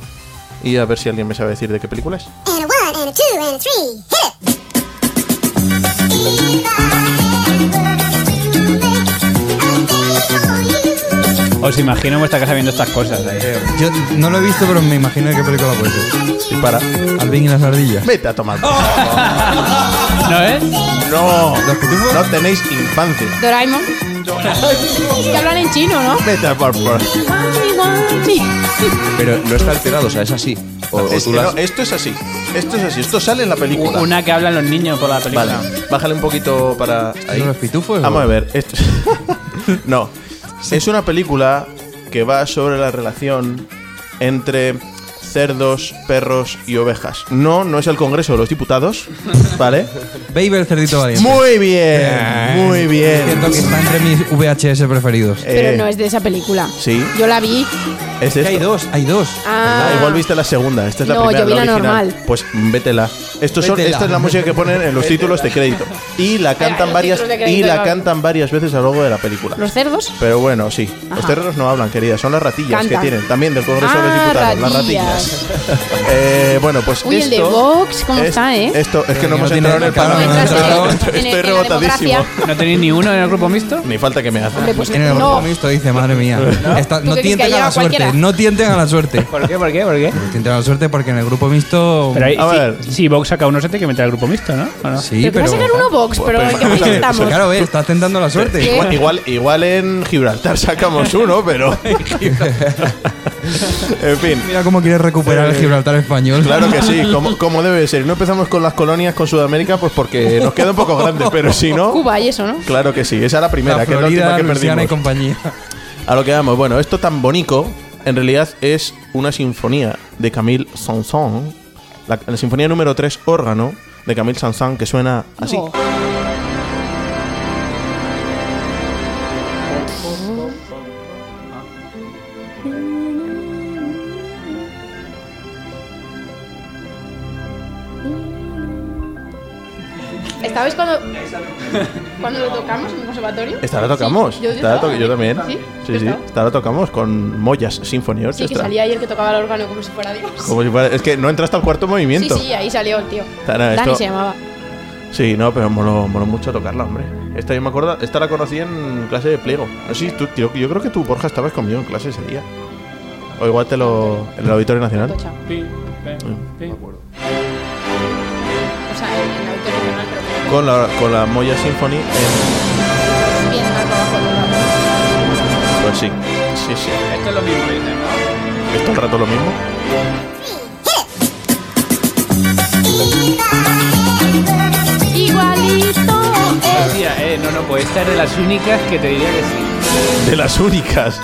Y a ver si alguien me sabe decir de qué película es.
And a one, and a two, and a three. Hit it! If I had
Os imagino en vuestra casa viendo estas cosas. ¿eh? ahí.
Yo no lo he visto, pero me imagino qué película puede ser.
Y para...
Alvin y las ardillas.
Vete a tomar.
¿No eh? es?
Oh,
No, no tenéis infancia.
Doraemon. Que hablan en chino, ¿no?
Vete a por... por-
Sí.
Pero no está alterado, o sea, es así. O, o
Es
tú
que
lo
no,
has-
esto es así. Esto es así. Esto sale en la película.
Una que hablan los niños por la película.
Vale, bájale un poquito para ahí.
¿Son los pitufos?
Vamos a
o-
ver, esto No, es una película que va sobre la relación entre cerdos, perros y ovejas. No, no es el Congreso de los Diputados, ¿vale?
Baby el cerdito valiente.
Muy bien,
Eh.
muy bien.
Siento que está entre mis VHS preferidos.
Pero no es de esa película.
Eh. Sí.
Yo la vi.
Es
hay
esto.
dos, hay dos.
Ah.
Ah, igual viste la segunda, esta es la
No,
primera.
yo vi la
original.
normal.
Pues mm, vétela. Estos son,
Vétela.
Esta es la música que ponen en los títulos de crédito. Y la cantan
los
varias
títulos de
y
crédito,
la
claro.
cantan varias veces a lo largo de la película.
¿Los cerdos?
Pero bueno, sí. Los
Ajá.
terrenos no hablan, querida. Son las ratillas
Cantan.
que tienen. También del Congreso de los
Ah,
Diputados.
ratillas.
Las ratillas. Eh, bueno, pues
Uy, el
esto...
de Vox, ¿cómo
es-
está, eh?
Esto es que no
no
hemos
tiene
entrado en el
mercado,
Parlamento.
no hemos
entrado. En el-
Estoy
en la
rebotadísimo.
democracia.
¿No tenéis ni uno en el grupo mixto?
Ni falta que me hace.
Hombre, pues
en el
no.
grupo mixto dice, madre mía. Está-
¿Tú
no
crees que
tienten a
haya
la suerte,
cualquiera?
no tienten a la suerte.
¿Por qué? ¿Por qué? ¿Por qué?
No tienten a la suerte porque en el grupo mixto.
Pero ahí,
A
si,
ver.
si Vox saca uno, se tiene que meter al grupo mixto, ¿no? ¿O no?
sí,
pero que va a
pero.
sacar uno Vox, pero ¿en qué país estamos?
Claro, eh, estás tentando la suerte.
¿Qué?
Igual, igual, igual en Gibraltar sacamos uno, pero. en fin.
Mira cómo quieres recuperar el Gibraltar español.
Claro que sí, como, como debe de ser. No empezamos con las colonias con Sudamérica, pues porque nos queda un poco grande, pero si no.
Cuba y eso, ¿no?
Claro que sí, esa es la primera,
La
que es la última
Florida,
que
Luisiana y
perdimos.
compañía.
A lo que vamos, bueno, esto tan bonito, en realidad es una sinfonía de Camille Saint-Saëns, la, la sinfonía número 3, órgano, de Camille Saint-Saëns, que suena así.
No. ¿Estabais cuando, cuando lo tocamos en el conservatorio?
Esta la tocamos.
Sí, yo, yo
esta la
estaba,
to- yo
¿eh?
también.
Sí,
sí,
yo
sí.
estaba.
Esta la tocamos con Moyas Symphony
Sí,
Orchestra.
que salía ayer que tocaba el órgano como si fuera Dios.
Como si fuera- es que no entra hasta el cuarto
Sí,
movimiento.
sí, ahí salió el tío.
Tara,
Dani
esto-
se llamaba.
Sí, no, pero moló, moló mucho tocarla, hombre. Esta yo me acuerdo, esta la conocí en clase de pliego. No sé, si tú, tío, yo creo que tú, Borja, estabas conmigo en clase ese día. O igual te lo. en el Auditorio Nacional.
Tocha.
¿Ah? Me acuerdo.
O sea, en el autor nacional, pero
Con la, con la Moya Symphony. en-
bien más abajo del lado.
pues sí, sí, sí.
Esto es lo mismo,
¿Es todo el rato lo mismo?
Igualito. eh.
Mira, eh, no, no, pues esta es de las únicas que te diría que sí.
De las únicas.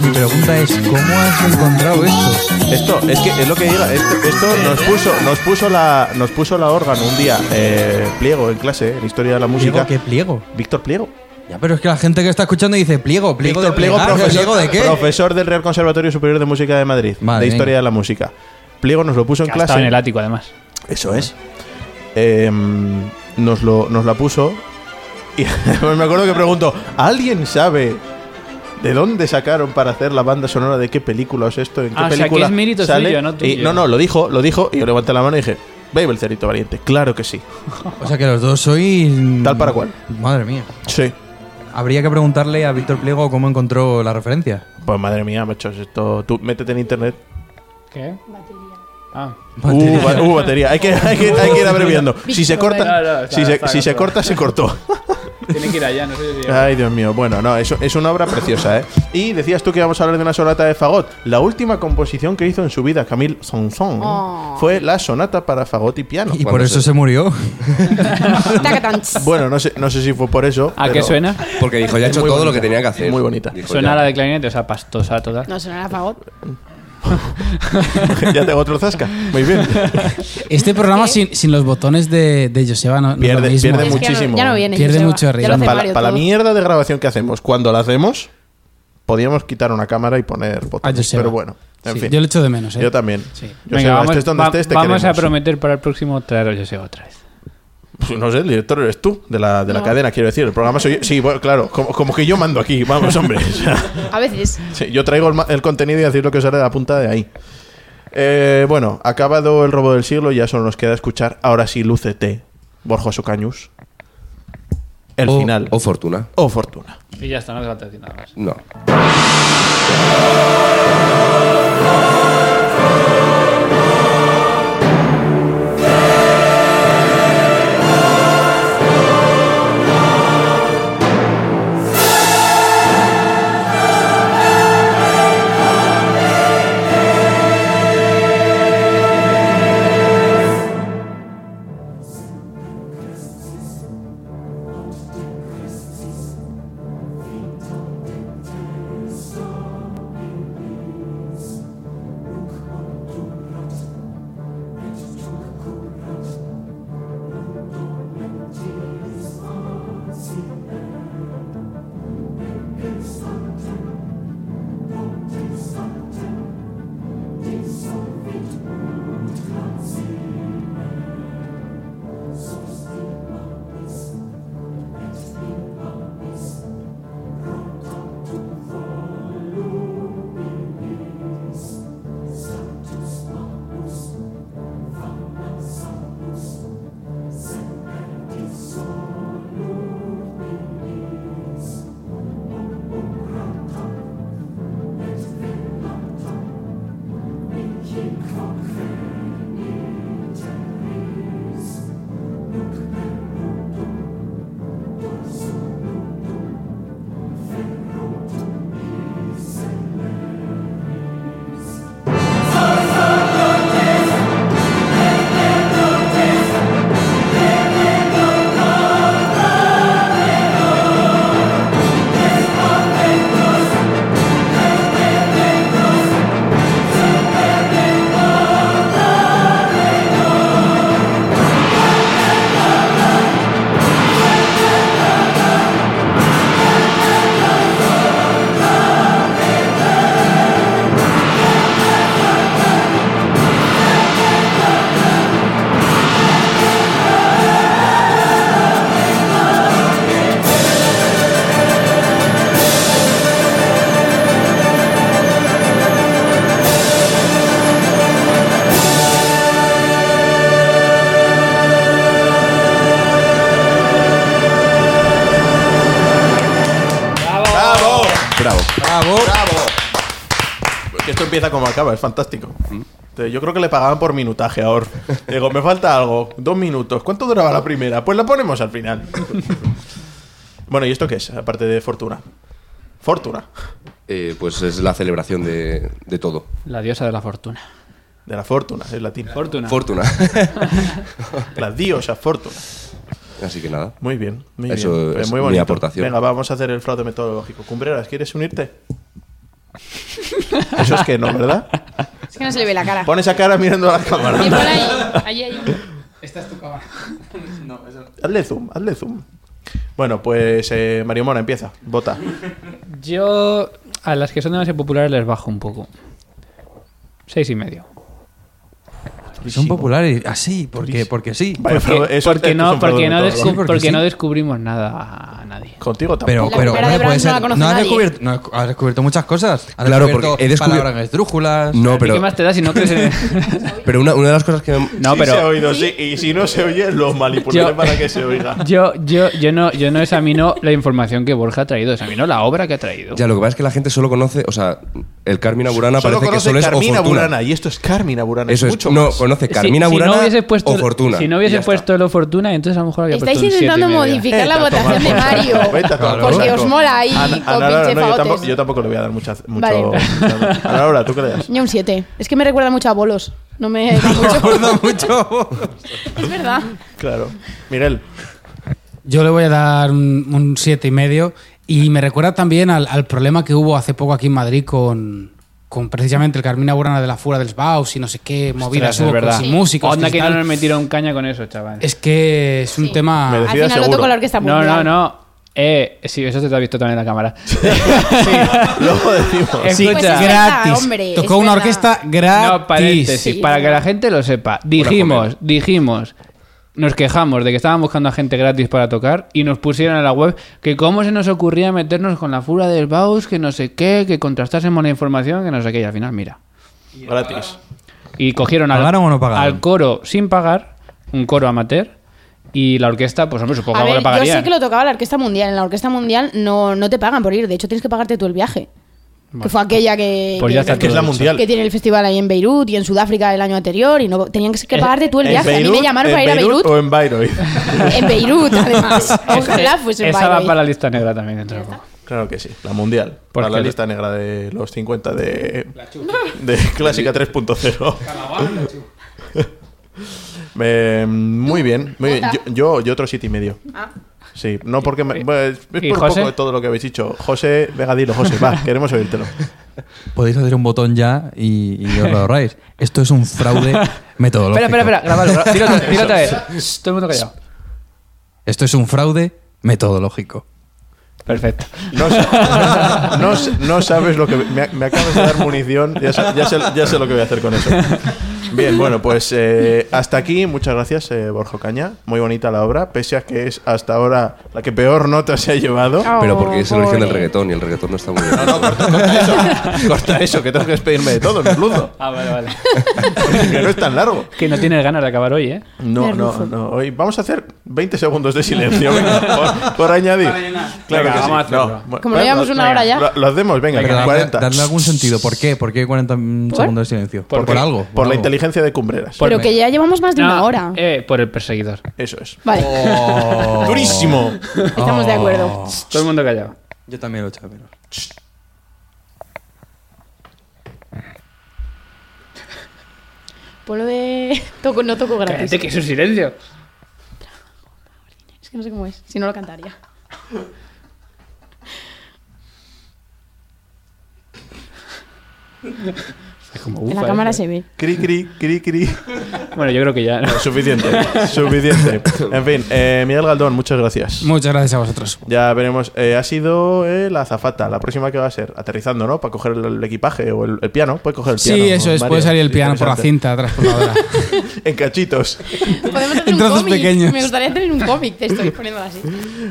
Mi pregunta es: ¿cómo has encontrado esto?
Esto, es que es lo que diga, esto, esto nos puso, nos puso la, nos puso la órgano un día, eh, pliego en clase, en historia de la música.
Pliego, ¿Qué pliego?
Víctor Pliego.
Ya, pero es que la gente que está escuchando dice: ¿pliego? ¿pliego
Víctor
de
Pliego,
plegar,
profesor,
¿pliego de qué?
profesor del Real Conservatorio Superior de Música de Madrid,
Madre
de
mía.
Historia de la Música. Pliego nos lo puso en
Que ha estado
clase.
en el ático, además.
Eso es. Em, nos, lo, nos la puso. Y me acuerdo que pregunto: ¿alguien sabe de dónde sacaron para hacer la banda sonora de qué película es esto? ¿En qué
Ah, o sea,
película?
que es mérito
sale?
suyo, no tuyo.
Y- no, no, lo dijo, lo dijo. Y yo levanté la mano y dije: Babe el cerito valiente. Claro que sí.
O sea que los dos sois.
Tal para cual.
Madre mía.
Sí.
Habría que preguntarle a Víctor Pliego cómo encontró la referencia.
Pues madre mía, macho, esto. Tú métete en internet.
¿Qué? Ah.
Uh, ba- uh, batería. Hay que, hay que- hay que ir abreviando. Si se
No, no,
corta,
está,
si se,
está
si se
controlado.
corta, se cortó.
Tiene que ir allá, no sé si.
Ay, Dios mío. Bueno, no, eso es una obra preciosa, ¿eh? Y decías tú que íbamos a hablar de una sonata de fagot. La última composición que hizo en su vida Camille Sanson
Oh.
fue la sonata para fagot y piano.
Y por eso se murió.
Tacatán.
Bueno, no sé, no sé si fue por eso.
¿A qué
pero- pues
suena?
Porque dijo, ya
Es
he hecho
muy
todo lo
bonita.
que tenía que hacer.
Muy bonita.
Dijo,
Suena
ya.
la de clarinete, o sea, pastosa toda.
No, sonará a fagot.
ya tengo otro zasca. Muy bien.
Este programa sin, sin los botones de, de Joseba no, no es lo mismo.
Pierde- pierde
Es que ya no-
muchísimo.
Ya no viene.
Pierde
Joseba.
mucho
Ya lo
ritmo.
hace
Para,
Mario
para la
todo.
mierda de grabación que hacemos, cuando la hacemos, podíamos quitar una cámara y poner
Ah,
botones.
Joseba.
Pero bueno, en
Sí,
fin.
Yo lo echo de menos, ¿eh?
Yo también.
Sí.
Yo
Venga,
sé,
vamos,
estés donde
va-
estés, te
vamos a
queremos.
promeros para el próximo traer a Joseba otra vez.
Pues No sé, el director eres tú, de la, de la
No.
cadena, quiero decir. El programa soy yo. Sí, bueno, claro, como, como que yo mando aquí. Vamos, hombre. O sea,
A veces.
sí, yo traigo el, ma- el contenido y hacéis lo que os sale de la punta de ahí. Eh, bueno, acabado el robo del siglo, ya solo nos queda escuchar. Ahora sí, lúcete, Borja Socañus. El
O-
final.
O Oh, fortuna.
o fortuna.
Y ya está, no te falta decir nada más.
No.
Thank
¡Bravo! ¡Bravo!
¡Bravo!
Que esto empieza como acaba, es fantástico.
Mm.
Entonces, yo creo que le pagaban por minutaje a Orf. Digo, me falta algo, dos minutos. ¿Cuánto duraba la primera? Pues la ponemos al final. bueno, ¿y esto qué es? Aparte de fortuna. Fortuna.
Eh, pues es la celebración de, de todo.
La diosa de la fortuna.
De la fortuna, es latín.
Fortuna.
Fortuna.
la diosa fortuna.
Así que nada.
Muy bien, muy
Eso
bien. Pues
es
muy
mi
bonito.
aportación.
Venga, vamos a hacer el fraude metodológico. Cumbreras, ¿quieres unirte? Eso es que no, ¿verdad?
Es que no se le ve la cara.
Pon esa cara mirando a la cámara.
Y
anda.
por ahí, ahí hay uno.
Esta es tu cámara. no, esa
Hazle zoom, hazle zoom. Bueno, pues eh, Mario Mora, empieza. Vota.
Yo a las que son demasiado populares les bajo un poco. Seis y medio.
Son populares así, porque, porque sí.
Vaya,
Porque,
pero eso-
porque
esto es
no,
un
porque
fraude
no,
metodológico.
descu-
Sí, porque
porque
sí.
no descubrimos nada a nadie.
Contigo tampoco.
Pero,
La
pero,
primera
bueno,
de Brand no
puede
la
ser-
conoce
no has
nadie.
descubierto, no, has descubierto muchas cosas. Has
Claro,
descubierto
porque he descubierto-
palabras esdrújulas.
No,
¿Y qué
pero,
más te da si no crees en-
pero una, una de las cosas que...
No,
Sí se ha
pero
oído, sí. Y si no se oye, lo manipularé
Yo-
para que se oiga.
yo, yo, yo, no, yo no examino la información que Borja ha traído, examino la obra que ha traído.
Ya, lo que pasa es que la gente solo conoce... O sea, el Carmina Burana
solo
parece que
conoce
solo es o
Carmina
Fortuna.
Burana. Y esto es Carmina Burana.
Eso es,
mucho
no,
más.
conoce
Si-
Carmina
si,
Burana
no hubieses puesto,
o Fortuna.
Si no
y ya
hubieses
está.
puesto lo Fortuna, entonces a lo mejor había
Estáis
puesto un siete y
intentando
medio.
modificar la
Vete a tomar
votación de
por saco.
Mario.
Vete a tomar por
Porque
saco.
os mola ahí
A-
con
a Laura,
pinche
no, yo,
fagotes.
tampoco, yo tampoco le voy a dar mucha, mucho.
Vale.
A Laura, ¿tú qué le das?
Yo un 7. Es que me recuerda mucho a bolos. No me da mucho.
Recuerda mucho.
es verdad.
Claro. Miguel.
Yo le voy a dar un un siete y medio y me recuerda también al, al problema que hubo hace poco aquí en Madrid con, con precisamente el Carmina Burana de la Fura del Baus y no sé qué movidas
es
hubo
verdad.
con sus músicos.
Onda
que
que no
tal.
nos metieron caña con eso, chaval.
Es que es un
Sí.
Me
tema...
decía-
Al final lo
seguro.
toco la orquesta
No,
mundial.
no, no. Eh, sí, eso se te ha visto también en la cámara.
Luego decimos.
Sí,
Pues es
escucha.
verdad,
gratis.
hombre, es
Tocó una
verdad.
orquesta gratis.
No, paréntesis,
Sí.
para que la gente lo sepa. Dijimos,
comedia.
dijimos, nos quejamos de que estaban buscando a gente gratis para tocar y nos pusieron en la web que cómo se nos ocurría meternos con la fura del Baus, que no sé qué, que contrastásemos la información, que no sé qué, y al final, mira.
Gratis.
Y cogieron al,
¿Pagaron o no pagaron?
al coro sin pagar, un coro amateur, y la orquesta, pues hombre, supongo
A
que algo
ver,
le
yo
pagarían.
sé que lo tocaba la Orquesta Mundial. En la Orquesta Mundial no, no te pagan por ir. De hecho, tienes que pagarte tú el viaje. Que fue aquella que,
Pues ya está
Que es la
todo
mundial.
que tiene el festival ahí en Beirut y en Sudáfrica el año anterior. Y no tenían que
Eh,
pagarte tú el
¿En
viaje. A mí me
Beirut,
llamaron para
en
ir a Beirut.
o en Bayreuth?
En Beirut, además. Ojalá fuese en
Esa va
Bayreuth.
para la lista negra también dentro de poco.
Claro que sí, la mundial.
¿Por
Para
qué
la
no?
lista negra de los 50 de, de Clásica 3.0. Eh, muy bien, muy bien. Yo, yo, yo otro siete y medio. Sí, no porque me- bueno, es es por
¿Y
un
José?
poco de todo lo que habéis dicho. José, venga, dilo, José, va, queremos oírtelo.
Podéis hacer un botón ya y, y os lo ahorráis. Esto es un fraude metodológico.
Espera, espera, espera, grabalo, grabalo. Tira otra- tira otra vez. Shh, Todo el mundo callado.
Esto es un fraude metodológico.
Perfecto.
No, sa- no sa- no sabes lo que. Me, me acabas de dar munición, ya, sa- ya sé, ya sé lo que voy a hacer con eso. Bien, bueno, pues eh, hasta aquí. Muchas gracias, eh, Borjo Caña. Muy bonita la obra, pese a que es hasta ahora la que peor nota se ha llevado.
Ah.
Pero porque es el origen del
Pobre.
reggaetón y el reggaetón no está muy bien.
Corta eso, corta eso, que tengo que despedirme de todo, merluzo.
Ah, vale, vale.
Que no es tan largo.
Que no tienes ganas de acabar hoy, ¿eh?
No, no, no. Hoy vamos a hacer 20 segundos de silencio venga, por, por añadir. Claro, claro que sí.
vamos a hacerlo.
No, bueno,
Como lo llevamos
venga,
una hora ya.
Lo, lo hacemos, venga,
Pero darle,
40.
darle algún sentido. ¿Por qué? ¿Por qué 40 segundos de silencio?
¿Por
¿Por,
qué?
algo?
Por la inteligencia de Cumbreras.
Pero que ya llevamos más de una
No,
hora.
eh, por el perseguidor.
Eso es.
Vale,
Oh.
¡Durísimo!
oh.
estamos de acuerdo.
Todo el mundo callado.
Yo también lo echaba menos.
Por Pues lo de. Toco, no toco gratis.
Cállate, que es un silencio.
Es que no sé cómo es. Si no lo cantaría.
Es como,
En
ufa, eh.
la cámara
eso.
se ve.
Cri, cri, cri, cri.
Bueno, yo creo que ya. ¿no?
Suficiente, suficiente. En fin, eh, Miguel Galdón, muchas gracias.
Muchas gracias a vosotros.
Ya veremos. Eh, ha sido eh, la azafata. La próxima que va a ser aterrizando, ¿no? Para coger el, el equipaje o el, el piano. Puedes coger el
Sí,
piano.
eso es.
Mario.
Puede salir el piano por la
Interesante.
cinta transportadora.
En cachitos.
Podemos hacer
En
un
trozos
cómic.
pequeños.
Me gustaría tener un cómic, te estoy poniendo así.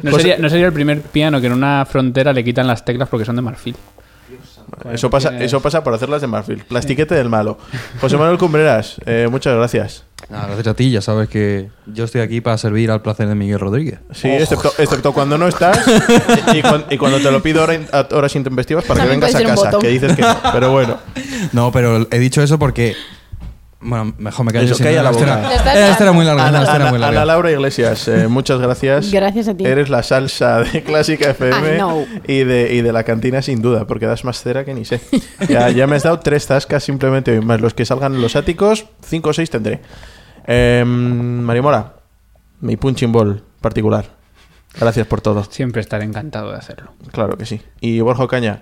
No,
Pues-
sería, no sería el primer piano que en una frontera le quitan las teclas porque son de marfil.
Eso pasa, eso pasa por hacerlas de marfil. Plastiquete del malo. José Manuel Cumbreras, eh, muchas gracias.
Nada, gracias a ti, ya sabes que yo estoy aquí para servir al placer de Miguel Rodríguez.
Sí, excepto, excepto cuando no estás y, cuan- y cuando te lo pido hora in- a horas intempestivas para que
También
vengas a
puede ser un
casa,
botón.
que dices que no. Pero bueno,
No, pero he dicho eso porque. Bueno, mejor me callo.
Eso,
si no,
calla la
esta
boca.
era-
Ya está,
era- Esta era muy larga.
Ana,
no, esta era muy
Ana- Ana
larga.
Laura Iglesias, eh, muchas gracias.
Gracias a ti.
Eres la salsa de Clásica
I
FM
know.
y de, y de la cantina sin duda, porque das más cera que ni sé. Ya, ya me has dado tres tascas simplemente hoy, más los que salgan en los áticos, cinco o seis tendré. Eh, Mario Mora, mi punching ball particular. Gracias por todo.
Siempre estaré encantado de hacerlo.
Claro que sí. Y Borja Caña,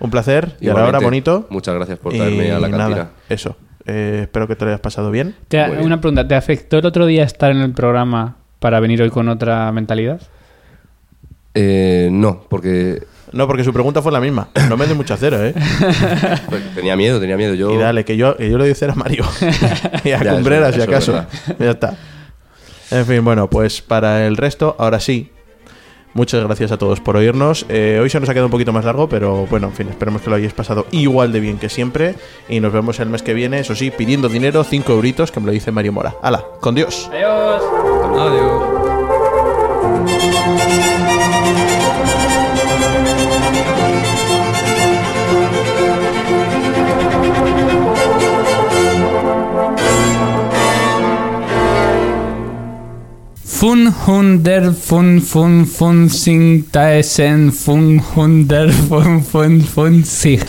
un placer. Y a la
Igualmente,
hora bonito.
Muchas gracias por
Y
traerme a la
nada,
cantina.
eso. Eh, espero que te lo hayas pasado bien.
Te-
Muy bien.
una pregunta, ¿te afectó el otro día estar en el programa para venir hoy con otra mentalidad?
Eh, no, porque
No, porque su pregunta fue la misma. No me des mucha cera, ¿eh?
porque tenía miedo, tenía miedo. Yo,
Y dale, que yo, que yo le doy cera a Mario. y a
Ya,
Cumbreras, si
eso- eso
acaso.
es
ya está. En fin, bueno, pues para el resto, ahora sí. Muchas gracias a todos por oírnos. Eh, hoy se nos ha quedado un poquito más largo, pero bueno, en fin, esperemos que lo hayáis pasado igual de bien que siempre. Y nos vemos el mes que viene, eso sí, pidiendo dinero, 5 euritos, que me lo dice Mario Mora. ¡Hala! ¡Con Dios!
Adiós.
Adiós.
Fun hunder fun fun fun sing taisen fun hunder fun fun fun sich.